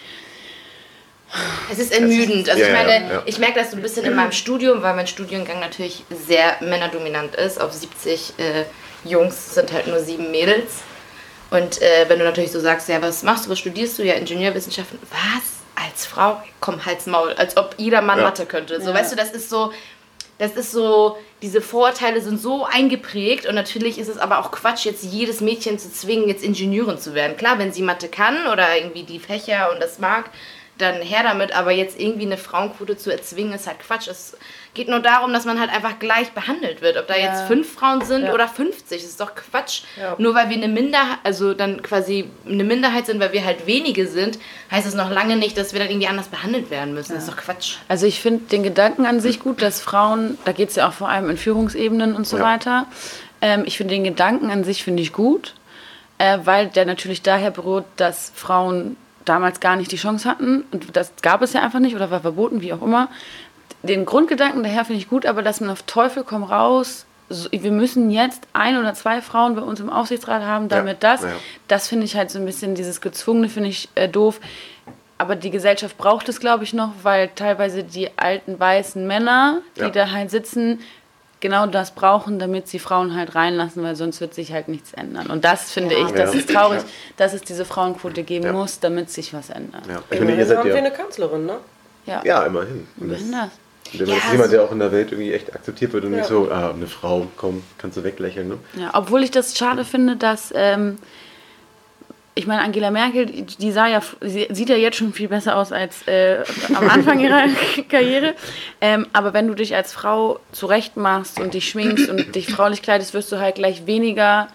Speaker 3: Es ist ermüdend. Also
Speaker 4: Ja,
Speaker 3: ich
Speaker 4: ja,
Speaker 3: meine,
Speaker 4: ja.
Speaker 3: ich merke das so ein bisschen in meinem Studium, weil mein Studiengang natürlich sehr männerdominant ist. Auf 70 äh, Jungs sind halt nur sieben Mädels. Und äh, wenn du natürlich so sagst, ja, was machst du, was studierst du? Ja, Ingenieurwissenschaften. Was? Als Frau? Komm, halt's Maul. Als ob jeder Mann
Speaker 4: Ja.
Speaker 3: Mathe könnte. So, weißt du, das ist so, das ist so, diese Vorurteile sind so eingeprägt und natürlich ist es aber auch Quatsch, jetzt jedes Mädchen zu zwingen, jetzt Ingenieurin zu werden. Klar, wenn sie Mathe kann oder irgendwie die Fächer und das mag, dann her damit, aber jetzt irgendwie eine Frauenquote zu erzwingen, ist halt Quatsch. Es geht nur darum, dass man halt einfach gleich behandelt wird. Ob da jetzt fünf Frauen sind oder 50, ist doch Quatsch.
Speaker 2: Ja.
Speaker 3: Nur weil wir eine Minderheit, also dann quasi eine Minderheit sind, weil wir halt wenige sind, heißt es noch lange nicht, dass wir dann irgendwie anders behandelt werden müssen. Das ist doch Quatsch.
Speaker 1: Also ich finde den Gedanken an sich gut, dass Frauen, da geht es ja auch vor allem in Führungsebenen und so
Speaker 4: Ja.
Speaker 1: weiter. Ähm, ich finde den Gedanken an sich finde ich gut, äh, weil der natürlich daher berührt, dass Frauen damals gar nicht die Chance hatten und das gab es ja einfach nicht oder war verboten, wie auch immer. Den Grundgedanken daher finde ich gut, aber dass man auf Teufel komm raus, so, wir müssen jetzt ein oder zwei Frauen bei uns im Aufsichtsrat haben, damit das,
Speaker 4: ja, ja.
Speaker 1: das finde ich halt so ein bisschen dieses gezwungene finde ich äh, doof. Aber die Gesellschaft braucht es, glaube ich, noch, weil teilweise die alten weißen Männer, die
Speaker 4: Ja.
Speaker 1: da halt sitzen, genau das brauchen, damit sie Frauen halt reinlassen, weil sonst wird sich halt nichts ändern. Und das finde ich, das
Speaker 4: Ja.
Speaker 1: ist traurig, dass es diese Frauenquote geben
Speaker 4: Ja.
Speaker 1: muss, damit sich was ändert.
Speaker 4: Ja, ich meine,
Speaker 2: Immerhin
Speaker 4: ihr seid
Speaker 2: haben wir
Speaker 4: ja.
Speaker 2: eine Kanzlerin, ne?
Speaker 1: Ja,
Speaker 4: Ja, immerhin. Und das,
Speaker 1: Was ist das?
Speaker 4: das ist
Speaker 3: Ja,
Speaker 4: jemand,
Speaker 3: so-
Speaker 4: der auch in der Welt irgendwie echt akzeptiert wird und nicht
Speaker 2: Ja.
Speaker 4: so, ah, eine Frau, komm, kannst du weglächeln. Ne?
Speaker 1: Ja, obwohl ich das schade finde, dass ähm, ich meine, Angela Merkel, die sah ja, sie sieht ja jetzt schon viel besser aus als äh, am Anfang ihrer <laughs> Karriere. Ähm, aber wenn du dich als Frau zurecht machst und dich schminkst und dich fraulich kleidest, wirst du halt gleich weniger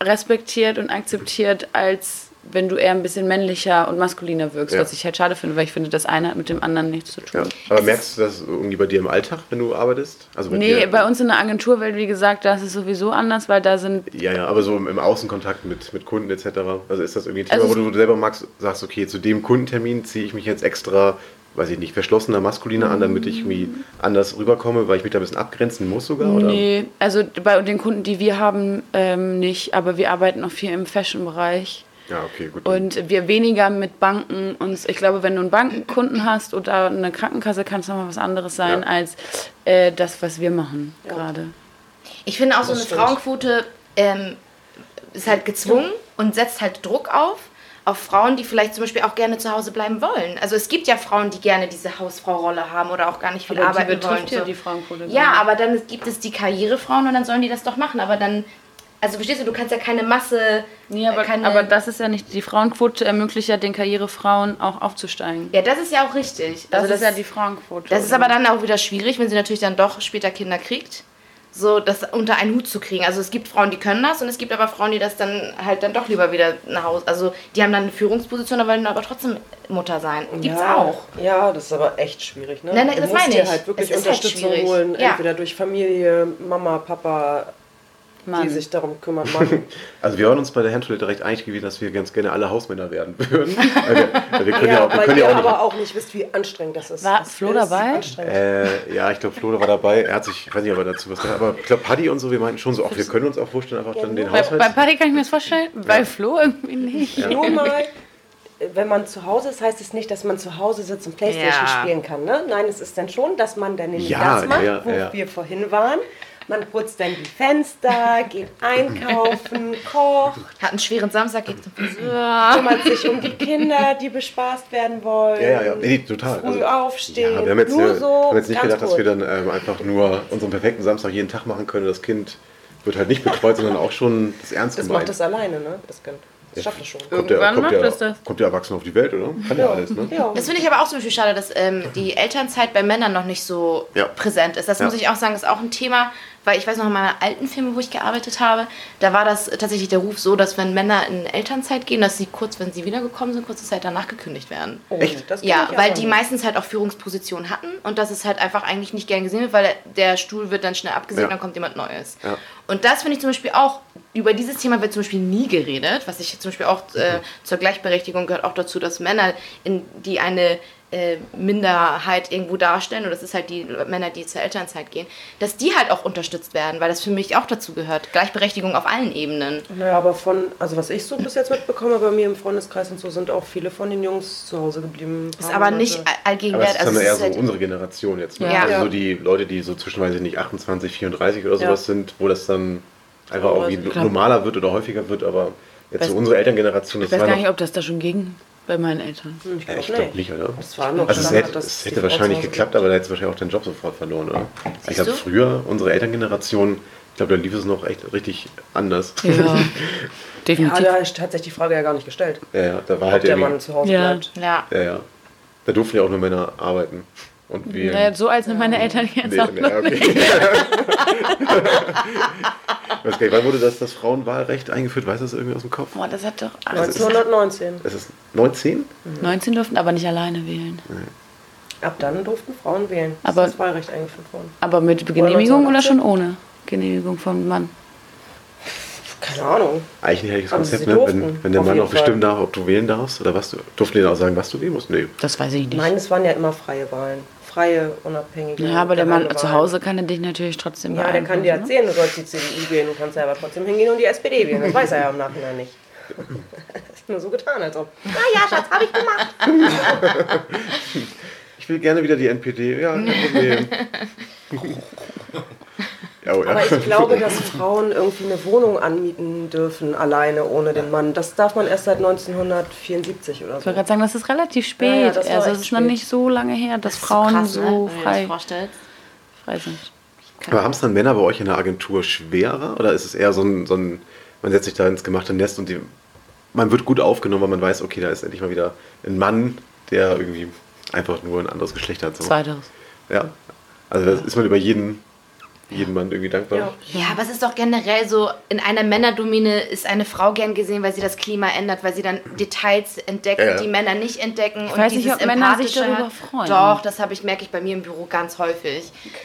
Speaker 1: respektiert und akzeptiert, als wenn du eher ein bisschen männlicher und maskuliner wirkst.
Speaker 4: Ja.
Speaker 1: Was ich halt schade finde, weil ich finde, das eine hat mit dem anderen nichts zu tun.
Speaker 4: Ja. Aber merkst du das irgendwie bei dir im Alltag, wenn du arbeitest? Also bei
Speaker 1: Nee,
Speaker 4: dir,
Speaker 1: bei uns in der Agenturwelt, wie gesagt, da ist es sowieso anders, weil da sind
Speaker 4: Ja, ja, aber so im, im Außenkontakt mit, mit Kunden etc. Also ist das irgendwie ein Thema,
Speaker 1: Also
Speaker 4: wo du selber magst, sagst, okay, zu dem Kundentermin ziehe ich mich jetzt extra weiß ich nicht, verschlossener, maskuliner an, damit ich irgendwie anders rüberkomme, weil ich mich da ein bisschen abgrenzen muss sogar? Oder?
Speaker 1: Nee, also bei den Kunden, die wir haben, ähm, nicht. Aber wir arbeiten auch viel im Fashion-Bereich.
Speaker 4: Ja, okay, gut.
Speaker 1: Und wir weniger mit Banken uns, ich glaube, wenn du einen Bankenkunden hast oder eine Krankenkasse, kann es nochmal was anderes sein
Speaker 4: Ja.
Speaker 1: als äh, das, was wir machen gerade.
Speaker 3: Ich finde auch so eine
Speaker 2: stimmt.
Speaker 3: Frauenquote ähm, ist halt gezwungen und setzt halt Druck auf, auf Frauen, die vielleicht zum Beispiel auch gerne zu Hause bleiben wollen. Also es gibt ja Frauen, die gerne diese Hausfrau-Rolle haben oder auch gar nicht viel arbeiten wollen. und so.
Speaker 1: Frauenquote.
Speaker 3: ja, aber dann gibt es die Karrierefrauen und dann sollen die das doch machen. Aber dann, also verstehst du, du kannst ja keine Masse,
Speaker 1: Nee, aber,
Speaker 3: keine,
Speaker 1: aber das ist ja nicht, die Frauenquote ermöglicht ja den Karrierefrauen auch aufzusteigen.
Speaker 3: ja, das ist ja auch richtig.
Speaker 1: Das,
Speaker 3: also
Speaker 1: ist ja die Frauenquote.
Speaker 3: Das ist aber dann auch wieder schwierig, wenn sie natürlich dann doch später Kinder kriegt, so das unter einen Hut zu kriegen. Also es gibt Frauen, die können das und es gibt aber Frauen, die das dann halt dann doch lieber wieder nach Hause. Also die haben dann eine Führungsposition, aber wollen aber trotzdem Mutter sein. Gibt's
Speaker 2: ja,
Speaker 3: auch.
Speaker 2: Ja, das ist aber echt schwierig. Ne?
Speaker 3: Nein, nein,
Speaker 2: du
Speaker 3: das
Speaker 2: musst
Speaker 3: meine
Speaker 2: dir
Speaker 3: ich.
Speaker 2: halt wirklich
Speaker 3: Es ist halt
Speaker 2: Unterstützung
Speaker 3: schwierig.
Speaker 2: holen,
Speaker 3: Ja.
Speaker 2: entweder durch Familie, Mama, Papa,
Speaker 1: Mann.
Speaker 2: die sich darum kümmern.
Speaker 4: <laughs>
Speaker 2: Mann.
Speaker 4: Also wir haben uns bei der Handtoilette recht einig gewesen, dass wir ganz gerne alle Hausmänner werden <laughs> würden. Weil wir, weil wir können ja, auch, wir
Speaker 2: weil
Speaker 4: können ja
Speaker 2: ihr
Speaker 4: auch nicht.
Speaker 2: aber auch nicht wisst, wie anstrengend das ist.
Speaker 1: War
Speaker 2: Das
Speaker 1: Flo
Speaker 2: ist
Speaker 1: dabei?
Speaker 4: <laughs>
Speaker 2: Anstrengend.
Speaker 4: Äh, ja, ich glaube, Flo war dabei. Er hat sich, ich weiß nicht, ob er dazu was gesagt hat, aber ich glaube, Paddy und so, wir meinten schon so, ach, wir können uns auch vorstellen, einfach dann den
Speaker 1: bei, bei
Speaker 4: Haushalt.
Speaker 1: Paddy kann ich mir das vorstellen, bei Flo irgendwie nicht.
Speaker 2: Nur mal, äh, wenn man zu Hause ist, heißt es nicht, dass man zu Hause sitzt und Playstation
Speaker 3: Ja.
Speaker 2: spielen kann. Ne? Nein, es ist dann schon, dass man dann nämlich
Speaker 4: Ja,
Speaker 2: das macht,
Speaker 4: ja,
Speaker 2: wo
Speaker 4: ja.
Speaker 2: wir vorhin waren. Man putzt dann die Fenster, geht
Speaker 4: <laughs>
Speaker 2: einkaufen, kocht,
Speaker 3: Hat einen schweren Samstag, geht zum Friseur.
Speaker 2: kümmert sich um die Kinder, die bespaßt werden wollen.
Speaker 4: Ja, ja, ja. Nee, total. Also,
Speaker 2: Früh aufstehen.
Speaker 4: Ja, wir haben jetzt,
Speaker 2: nur
Speaker 4: ne,
Speaker 2: so
Speaker 4: haben jetzt nicht
Speaker 2: ganz
Speaker 4: gedacht, dass wir
Speaker 2: kurz.
Speaker 4: dann ähm, einfach nur unseren perfekten Samstag jeden Tag machen können. Das Kind wird halt nicht betreut, sondern auch schon das ernst
Speaker 2: Das macht
Speaker 4: gemeint.
Speaker 2: das alleine, ne? Das, kann, das schafft das schon.
Speaker 4: Kommt der,
Speaker 1: Irgendwann
Speaker 4: kommt,
Speaker 1: macht
Speaker 4: der,
Speaker 1: das das.
Speaker 4: kommt der Erwachsene auf die Welt, oder? Kann ja alles, ne?
Speaker 2: Ja.
Speaker 3: Das finde ich aber auch zum Beispiel schade, dass ähm, die Elternzeit bei Männern noch nicht so
Speaker 4: Ja.
Speaker 3: präsent ist. Das
Speaker 4: Ja.
Speaker 3: muss ich auch sagen, ist auch ein Thema, weil ich weiß noch, in meiner alten Firma, wo ich gearbeitet habe, da war das tatsächlich der Ruf so, dass wenn Männer in Elternzeit gehen, dass sie kurz, wenn sie wiedergekommen sind, kurze Zeit danach gekündigt werden.
Speaker 2: Oh,
Speaker 4: Echt?
Speaker 2: das kann
Speaker 3: Ja,
Speaker 2: ich auch
Speaker 3: weil
Speaker 2: noch
Speaker 3: die
Speaker 2: nicht.
Speaker 3: meistens halt auch Führungspositionen hatten und das ist halt einfach eigentlich nicht gern gesehen wird, weil der Stuhl wird dann schnell abgesägt
Speaker 4: Ja.
Speaker 3: und dann kommt jemand Neues.
Speaker 4: Ja.
Speaker 3: Und das finde ich zum Beispiel auch, über dieses Thema wird zum Beispiel nie geredet, was ich zum Beispiel auch
Speaker 4: Mhm.
Speaker 3: äh, zur Gleichberechtigung gehört auch dazu, dass Männer, in, die eine äh, Minderheit irgendwo darstellen, und das ist halt die Männer, die zur Elternzeit gehen, dass die halt auch unterstützt werden, weil das für mich auch dazu gehört. Gleichberechtigung auf allen Ebenen.
Speaker 2: Naja, aber von, also was ich so bis jetzt mitbekomme bei mir im Freundeskreis und so, sind auch viele von den Jungs zu Hause geblieben.
Speaker 3: Ist aber nicht all-
Speaker 4: Aber es
Speaker 3: allgegenwärtig.
Speaker 4: ist dann
Speaker 3: es
Speaker 4: eher
Speaker 3: ist
Speaker 4: so
Speaker 3: halt-
Speaker 4: unsere Generation jetzt. Ne?
Speaker 3: Ja.
Speaker 4: Also
Speaker 2: Ja.
Speaker 4: so die Leute, die so zwischen, weiß ich nicht, 28, 34 oder sowas
Speaker 2: Ja.
Speaker 4: sind, wo das dann einfach auch irgendwie
Speaker 1: klar.
Speaker 4: normaler wird oder häufiger wird, aber jetzt
Speaker 1: Weiß-
Speaker 4: so unsere Elterngeneration, das
Speaker 1: Ich weiß
Speaker 4: war
Speaker 1: gar
Speaker 4: noch...
Speaker 1: nicht, ob das da schon ging bei meinen Eltern.
Speaker 2: Ich
Speaker 4: ja, Äh, ich
Speaker 2: glaub
Speaker 4: glaube nicht, oder?
Speaker 2: Das war noch
Speaker 4: Also es
Speaker 2: Standard,
Speaker 4: hätte,
Speaker 2: dass
Speaker 4: es
Speaker 2: die
Speaker 4: hätte
Speaker 2: Frau zu
Speaker 4: wahrscheinlich
Speaker 2: Hause
Speaker 4: geklappt, aber da hättest du wahrscheinlich auch deinen Job sofort verloren, oder? Ich glaube,
Speaker 3: du?
Speaker 4: früher, unsere Elterngeneration, ich glaube, da lief es noch echt richtig anders.
Speaker 1: Ja,
Speaker 2: Ja,
Speaker 1: <laughs> definitiv.
Speaker 2: da hat sich die Frage ja gar nicht gestellt,
Speaker 4: ja, ja, da war
Speaker 2: ob
Speaker 4: halt
Speaker 2: der
Speaker 4: irgendwie-
Speaker 2: Mann zu Hause
Speaker 1: Ja.
Speaker 2: bleibt.
Speaker 3: Ja.
Speaker 4: Ja, ja. Da durften ja auch nur Männer arbeiten. Und wir.
Speaker 1: Naja, so als meine Eltern jetzt
Speaker 4: Nee,
Speaker 1: auch
Speaker 4: nee,
Speaker 1: noch
Speaker 2: <laughs>
Speaker 4: okay.
Speaker 1: nicht.
Speaker 4: Ich weiß gar nicht, wann wurde das, das Frauenwahlrecht eingeführt? Weiß das irgendwie aus dem Kopf?
Speaker 1: Boah, das hat doch
Speaker 4: Also
Speaker 1: alles.
Speaker 2: 1919.
Speaker 4: Es ist 19?
Speaker 1: 19 durften aber nicht alleine wählen.
Speaker 2: Ab dann durften Frauen wählen.
Speaker 1: Aber-
Speaker 2: ist das Wahlrecht eingeführt worden.
Speaker 1: Aber mit Genehmigung oder schon ohne Genehmigung vom Mann?
Speaker 2: Keine Ahnung.
Speaker 4: Eigentlich ein herrliches
Speaker 2: Aber sie
Speaker 4: Konzept, ne?
Speaker 2: durften,
Speaker 4: wenn, wenn der
Speaker 2: auf
Speaker 4: Mann
Speaker 2: jeden
Speaker 4: auch bestimmen
Speaker 2: Fall.
Speaker 4: darf, ob du wählen darfst oder was du. Durften die dann auch sagen, was du wählen musst? Nee.
Speaker 1: Das weiß ich nicht.
Speaker 2: Nein, es waren ja immer freie Wahlen. Freie, unabhängige.
Speaker 1: ja, aber der
Speaker 2: generelle
Speaker 1: Mann zu
Speaker 2: Wahlen.
Speaker 1: Hause kann er dich natürlich trotzdem
Speaker 2: halt- Ja, der kann dir
Speaker 1: beeinflussen, ne?
Speaker 2: erzählen, du sollst die CDU wählen, du kannst ja aber trotzdem hingehen und die SPD wählen. Das weiß er ja im Nachhinein nicht. <laughs> Ist nur so getan, als ob.
Speaker 4: Ich will gerne wieder die NPD. Ja, kein
Speaker 2: <laughs>
Speaker 4: Problem. ja, oh, ja.
Speaker 2: Aber ich glaube, dass Frauen irgendwie eine Wohnung anmieten dürfen, alleine ohne den Mann. Das darf man erst seit 1974 oder
Speaker 1: Ich wollte
Speaker 2: so.
Speaker 1: gerade sagen, das ist relativ spät.
Speaker 2: Ja, ja, das war
Speaker 1: also
Speaker 2: echt
Speaker 1: es ist noch
Speaker 2: spät.
Speaker 1: nicht so lange her, dass
Speaker 3: Das ist
Speaker 1: Frauen
Speaker 3: krass, ne,
Speaker 1: so
Speaker 3: wenn du dir das
Speaker 1: frei,
Speaker 3: vorstellst.
Speaker 1: frei sind.
Speaker 4: Aber haben es dann Männer bei euch in der Agentur schwerer? Oder ist es eher so ein, so ein man setzt sich da ins gemachte Nest und die, man wird gut aufgenommen, weil man weiß, okay, da ist endlich mal wieder ein Mann, der irgendwie einfach nur ein anderes Geschlecht hat. So.
Speaker 1: Zweiteres.
Speaker 4: Ja. Also da ist man über jeden jeden Mann irgendwie dankbar.
Speaker 2: Ja.
Speaker 3: Ja, aber es ist doch generell so, in einer Männerdomine ist eine Frau gern gesehen, weil sie das Klima ändert, weil sie dann Details entdeckt,
Speaker 4: Ja, ja.
Speaker 3: die Männer nicht entdecken. und
Speaker 1: weiß nicht,
Speaker 3: dieses
Speaker 1: ob Männer sich
Speaker 3: Empathische
Speaker 1: darüber
Speaker 3: hat.
Speaker 1: freuen.
Speaker 3: Doch, das habe ich, merke ich bei mir im Büro ganz häufig.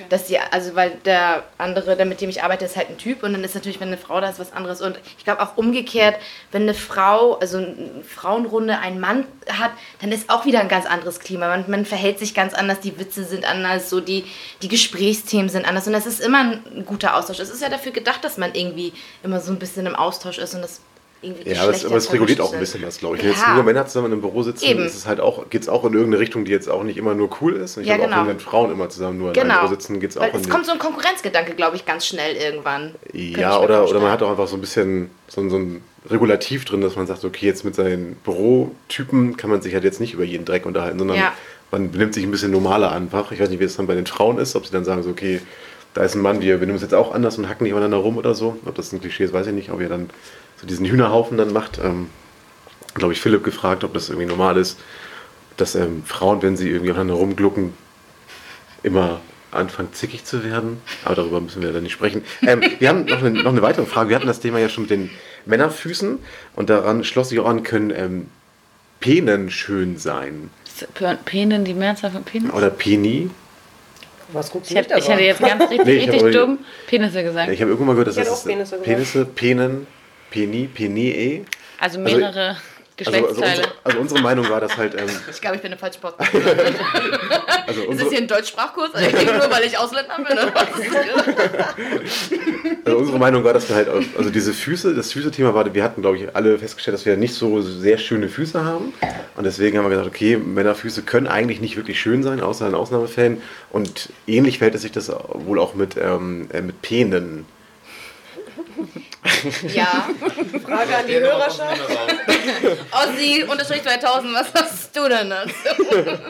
Speaker 3: Dass die, also weil der andere, der mit dem ich arbeite, ist halt ein Typ und dann ist natürlich, wenn eine Frau da ist, was anderes. Und ich glaube auch umgekehrt, wenn eine Frau, also eine Frauenrunde, einen Mann hat, dann ist auch wieder ein ganz anderes Klima. Man, man verhält sich ganz anders, die Witze sind anders, so die, die Gesprächsthemen sind anders. Und das ist immer ein guter Austausch. Es ist ja dafür gedacht, dass man irgendwie immer so ein bisschen im Austausch ist und das irgendwie die
Speaker 4: Ja, aber es, aber es
Speaker 3: Geschlechter
Speaker 4: reguliert auch
Speaker 3: vermischt
Speaker 4: ein
Speaker 3: sind.
Speaker 4: bisschen was, glaube ich. Wenn
Speaker 3: Ja.
Speaker 4: jetzt nur Männer zusammen im Büro sitzen,
Speaker 3: Eben.
Speaker 4: ist es halt auch, geht es auch in irgendeine Richtung, die jetzt auch nicht immer nur cool ist. Und ich
Speaker 3: Ja,
Speaker 4: glaube auch,
Speaker 3: genau.
Speaker 4: wenn Frauen immer zusammen nur in einem
Speaker 3: Genau.
Speaker 4: Büro sitzen, geht es auch
Speaker 3: Weil
Speaker 4: in
Speaker 3: es kommt so ein Konkurrenzgedanke, glaube ich, ganz schnell irgendwann. Könnte ich
Speaker 4: Ja,
Speaker 3: mir
Speaker 4: oder, oder
Speaker 3: vorstellen.
Speaker 4: man hat auch einfach so ein bisschen so ein, so ein Regulativ drin, dass man sagt, okay, jetzt mit seinen Bürotypen kann man sich halt jetzt nicht über jeden Dreck unterhalten, sondern
Speaker 3: Ja.
Speaker 4: man benimmt sich ein bisschen normaler einfach. Ich weiß nicht, wie es dann bei den Frauen ist, ob sie dann sagen, so, okay, da ist ein Mann, wir benehmen uns jetzt auch anders und hacken nicht aufeinander rum oder so. Ob das ein Klischee ist, weiß ich nicht. Ob ihr dann so diesen Hühnerhaufen dann macht. Ähm, glaube ich, Philipp gefragt, ob das irgendwie normal ist, dass ähm, Frauen, wenn sie irgendwie aufeinander rumglucken, immer anfangen zickig zu werden. Aber darüber müssen wir dann nicht sprechen. Ähm, wir haben noch eine, noch eine weitere Frage. Wir hatten das Thema ja schon mit den Männerfüßen und daran schloss sich auch an, können ähm, Penen schön sein
Speaker 1: Penen, die Mehrzahl von Penis?
Speaker 4: oder Peni.
Speaker 2: Was guckst du
Speaker 1: Ich, hab,
Speaker 2: mich da
Speaker 1: ich hätte
Speaker 2: so an?
Speaker 1: jetzt ganz richtig,
Speaker 4: Nee, ich hab
Speaker 1: richtig
Speaker 4: aber-
Speaker 1: dumm Penisse gesagt.
Speaker 4: Ich habe irgendwann mal gehört, dass
Speaker 2: Ich hätte
Speaker 4: das
Speaker 2: auch Penisse gesagt.
Speaker 4: Penisse, Penen, Peni, Penie.
Speaker 1: also mehrere
Speaker 4: Also, also,
Speaker 1: Geschlechtsteile.
Speaker 4: unsere, also unsere Meinung war, dass halt ähm,
Speaker 3: Ich glaube, ich bin eine
Speaker 4: <laughs>
Speaker 3: falsche Post.
Speaker 4: also
Speaker 3: Ist das hier
Speaker 4: unsere,
Speaker 3: ein Deutschsprachkurs? Eigentlich nur, weil ich Ausländer bin. Oder was?
Speaker 4: also unsere Meinung war, dass wir halt auf, also diese Füße, das Füße-Thema war, wir hatten glaube ich alle festgestellt, dass wir nicht so sehr schöne Füße haben und deswegen haben wir gesagt, okay, Männerfüße können eigentlich nicht wirklich schön sein, außer in Ausnahmefällen und ähnlich verhält es sich das wohl auch mit ähm, äh, mit Penen.
Speaker 3: <laughs> ja.
Speaker 2: Frage an die Hörerschaft.
Speaker 3: Ossi, unterstrich 2000, was hast du denn dazu?
Speaker 2: <laughs>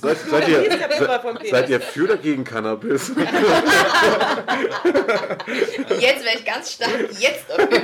Speaker 4: Seid, seid, ihr,
Speaker 2: Hier ist der Pulver vom Penis.
Speaker 4: seid ihr für oder
Speaker 2: <laughs>
Speaker 4: gegen Cannabis?
Speaker 3: Jetzt wäre ich ganz stark. Jetzt. Okay.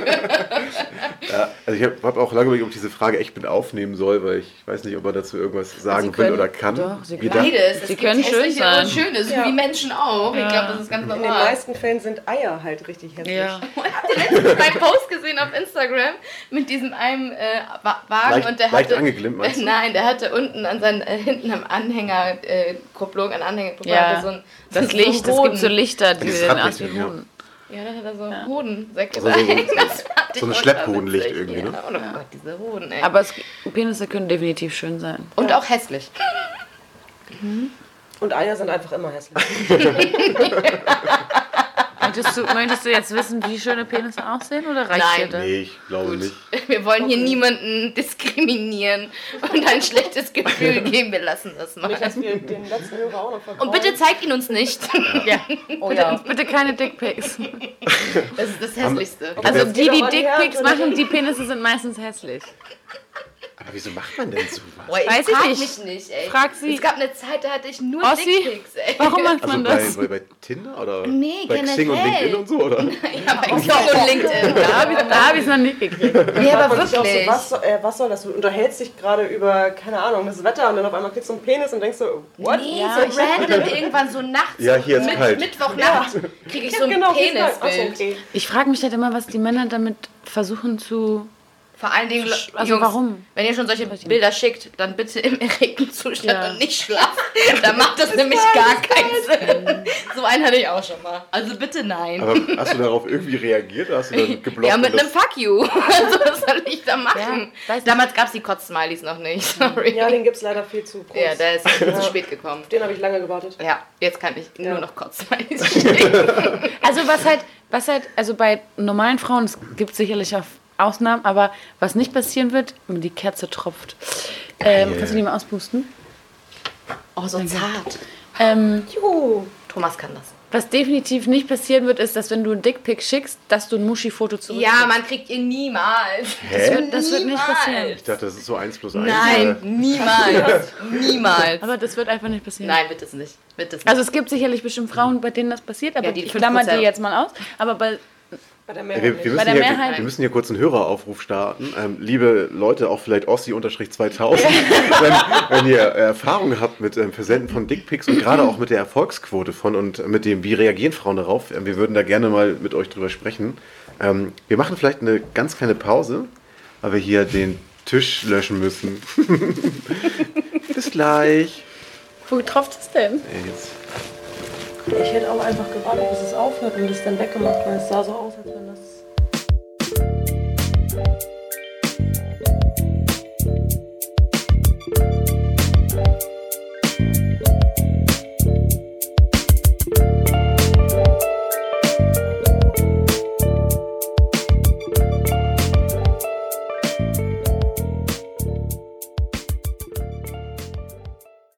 Speaker 4: Ja, also ich habe hab auch lange überlegt, ob ich diese Frage echt mit aufnehmen soll, weil ich weiß nicht, ob man dazu irgendwas sagen
Speaker 1: können-
Speaker 4: will oder kann.
Speaker 1: doch, Sie
Speaker 4: Wir dachten-
Speaker 3: Beides. Es
Speaker 1: Sie
Speaker 3: gibt
Speaker 1: können schön
Speaker 3: hässliche
Speaker 1: sein.
Speaker 3: Und schönes,
Speaker 2: Ja.
Speaker 3: wie Menschen auch. Ich glaube, das ist ganz
Speaker 2: In den
Speaker 3: normal.
Speaker 2: meisten Fällen sind Eier halt richtig hässlich.
Speaker 1: ja.
Speaker 3: Habt ihr <laughs> letztens meinen Post gesehen auf Instagram mit diesem einem äh, Wa- Wagen
Speaker 4: Leicht-
Speaker 3: und der
Speaker 4: leicht
Speaker 3: hatte.
Speaker 4: angeglimmt, meinst du?
Speaker 3: <laughs> Nein, der hatte unten an seinen, äh, hinten am Anhänger äh, Kupplung, an Anhängerkupplung
Speaker 1: Ja.
Speaker 3: hatte so ein
Speaker 1: Das
Speaker 3: so
Speaker 1: Licht, es gibt so
Speaker 3: Hoden.
Speaker 1: Lichter, die
Speaker 4: Dieses
Speaker 1: sehen aus wie
Speaker 4: Radmädchen, ja.
Speaker 1: Hoden.
Speaker 3: Ja, da hat er so einen Hoden
Speaker 4: Also so-
Speaker 3: <laughs>
Speaker 4: so-
Speaker 3: weggesagt.
Speaker 4: so-
Speaker 3: Das
Speaker 1: <laughs>
Speaker 3: fand ich
Speaker 4: so ein
Speaker 3: ultra
Speaker 4: Schlepphodenlicht
Speaker 3: witzig.
Speaker 4: irgendwie, ne?
Speaker 3: Ja, oh Gott, diese Hoden, ey.
Speaker 1: Aber es, Penisse können definitiv schön sein.
Speaker 3: und auch hässlich.
Speaker 2: Und Eier sind einfach immer hässlich.
Speaker 1: Möchtest du, möchtest du jetzt wissen, wie schöne Penisse aussehen oder reicht
Speaker 3: Nein.
Speaker 1: dir das?
Speaker 4: Nee, ich glaube nicht.
Speaker 3: Wir wollen hier niemanden diskriminieren und ein schlechtes
Speaker 4: <laughs>
Speaker 3: Gefühl geben. Wir lassen das mal.
Speaker 2: Ich habe dir den letzten Hörer auch noch verkauft.
Speaker 3: Und bitte zeigt ihn uns nicht.
Speaker 1: Ja.
Speaker 2: oh, ja.
Speaker 1: Bitte keine Dickpics.
Speaker 3: Das ist das Hässlichste.
Speaker 1: Also die, die
Speaker 2: doch an die
Speaker 1: Dickpics
Speaker 2: Herren,
Speaker 1: machen, die Penisse sind meistens hässlich.
Speaker 4: Aber wieso macht man denn sowas?
Speaker 3: Boah, ich
Speaker 1: Weiß ich
Speaker 3: frag
Speaker 1: nicht.
Speaker 3: mich nicht, ey.
Speaker 1: Frag sie.
Speaker 3: Es gab eine Zeit, da hatte ich nur
Speaker 1: Ossi?
Speaker 3: Dickpics, ey.
Speaker 1: Warum
Speaker 3: <laughs>
Speaker 1: macht
Speaker 4: Also
Speaker 1: man
Speaker 4: bei,
Speaker 1: das?
Speaker 4: bei, bei Tinder oder
Speaker 3: Nee,
Speaker 4: bei Xing und
Speaker 3: generell.
Speaker 4: LinkedIn und so,
Speaker 3: <laughs>
Speaker 4: oder?
Speaker 3: Ja, bei Xing und LinkedIn.
Speaker 1: Da habe ich da hab ich's noch nicht gekriegt.
Speaker 3: Nee, aber
Speaker 2: Und ich auch so,
Speaker 3: wirklich.
Speaker 2: was, so- äh, was soll das? Du unterhältst dich gerade über, keine Ahnung, das Wetter und dann auf einmal kriegst du einen Penis und denkst so, what?
Speaker 3: Nee,
Speaker 1: Ja, ich-
Speaker 3: so random irgendwann so nachts.
Speaker 4: Ja, hier ist
Speaker 3: mit,
Speaker 4: kalt.
Speaker 3: Mittwochnacht kriege ich so ein
Speaker 1: genau,
Speaker 2: wie es sagt. Achso,
Speaker 3: Penisbild.
Speaker 2: okay.
Speaker 1: Ich frage mich halt immer, was die Männer damit versuchen zu.
Speaker 3: Vor allen Dingen,
Speaker 1: Also
Speaker 3: Jungs,
Speaker 1: warum?
Speaker 3: wenn ihr schon solche Bilder schickt, dann bitte im erregten Zustand
Speaker 1: Ja.
Speaker 3: und nicht schlafen.
Speaker 1: <laughs>
Speaker 3: Dann macht das nämlich gar keinen Sinn. So einen hatte ich auch schon mal. Also bitte nein.
Speaker 4: Aber hast du darauf irgendwie reagiert? Oder hast du dann geblockt?
Speaker 3: ja,
Speaker 4: und
Speaker 3: mit
Speaker 4: das-
Speaker 3: einem Fuck you. <laughs> Also was soll ich da machen?
Speaker 1: Ja, weiß nicht.
Speaker 3: Damals gab es die Kotz-Smileys noch nicht. <laughs> Sorry.
Speaker 2: Ja,
Speaker 3: Ja,
Speaker 2: den gibt's leider viel zu groß.
Speaker 3: der ist zu spät gekommen.
Speaker 2: den habe ich lange gewartet.
Speaker 3: Ja, jetzt kann ich
Speaker 2: Ja.
Speaker 3: nur noch Kotz-Smileys schicken.
Speaker 1: Also was halt, was halt, also bei normalen Frauen, es gibt sicherlich auch Ausnahmen, aber was nicht passieren wird, die Kerze tropft. Ähm,
Speaker 4: Geil.
Speaker 1: Kannst du die mal auspusten?
Speaker 3: Oh, so zart.
Speaker 1: Ähm,
Speaker 2: Juhu.
Speaker 3: Thomas kann das.
Speaker 1: was definitiv nicht passieren wird, ist, dass wenn du ein Dickpick schickst, dass du ein Muschi-Foto zurückkriegst.
Speaker 3: Ja, man kriegt ihn niemals.
Speaker 4: Hä?
Speaker 1: Das wird nicht passieren.
Speaker 4: Ich dachte, das ist so 1 plus äh, 1.
Speaker 3: Nein, <laughs> niemals. niemals.
Speaker 1: Aber das wird einfach nicht passieren.
Speaker 3: Nein, wird es nicht. Wird es nicht.
Speaker 1: Also es gibt sicherlich bestimmt Frauen, bei denen das passiert, aber
Speaker 3: Ja, die
Speaker 1: ich klammer die
Speaker 3: 5%.
Speaker 1: jetzt mal aus. Aber bei
Speaker 2: Bei der
Speaker 4: Wir,
Speaker 2: Mehrheit.
Speaker 4: wir, müssen
Speaker 1: der
Speaker 4: hier,
Speaker 1: Mehrheit.
Speaker 4: wir müssen hier kurz einen Höreraufruf starten. Ähm, liebe Leute, auch vielleicht Ossi-2000, wenn, wenn ihr Erfahrungen habt mit ähm, Versenden von Dickpics und gerade auch mit der Erfolgsquote von und mit dem, wie reagieren Frauen darauf, ähm, wir würden da gerne mal mit euch drüber sprechen. Ähm, wir machen vielleicht eine ganz kleine Pause, weil wir hier den Tisch löschen müssen. <laughs> Bis gleich.
Speaker 1: Wo tropft es denn?
Speaker 4: Ey, jetzt.
Speaker 2: ich hätte auch einfach gewartet, bis es aufhört und das dann weggemacht, weil es sah so aus, als wenn das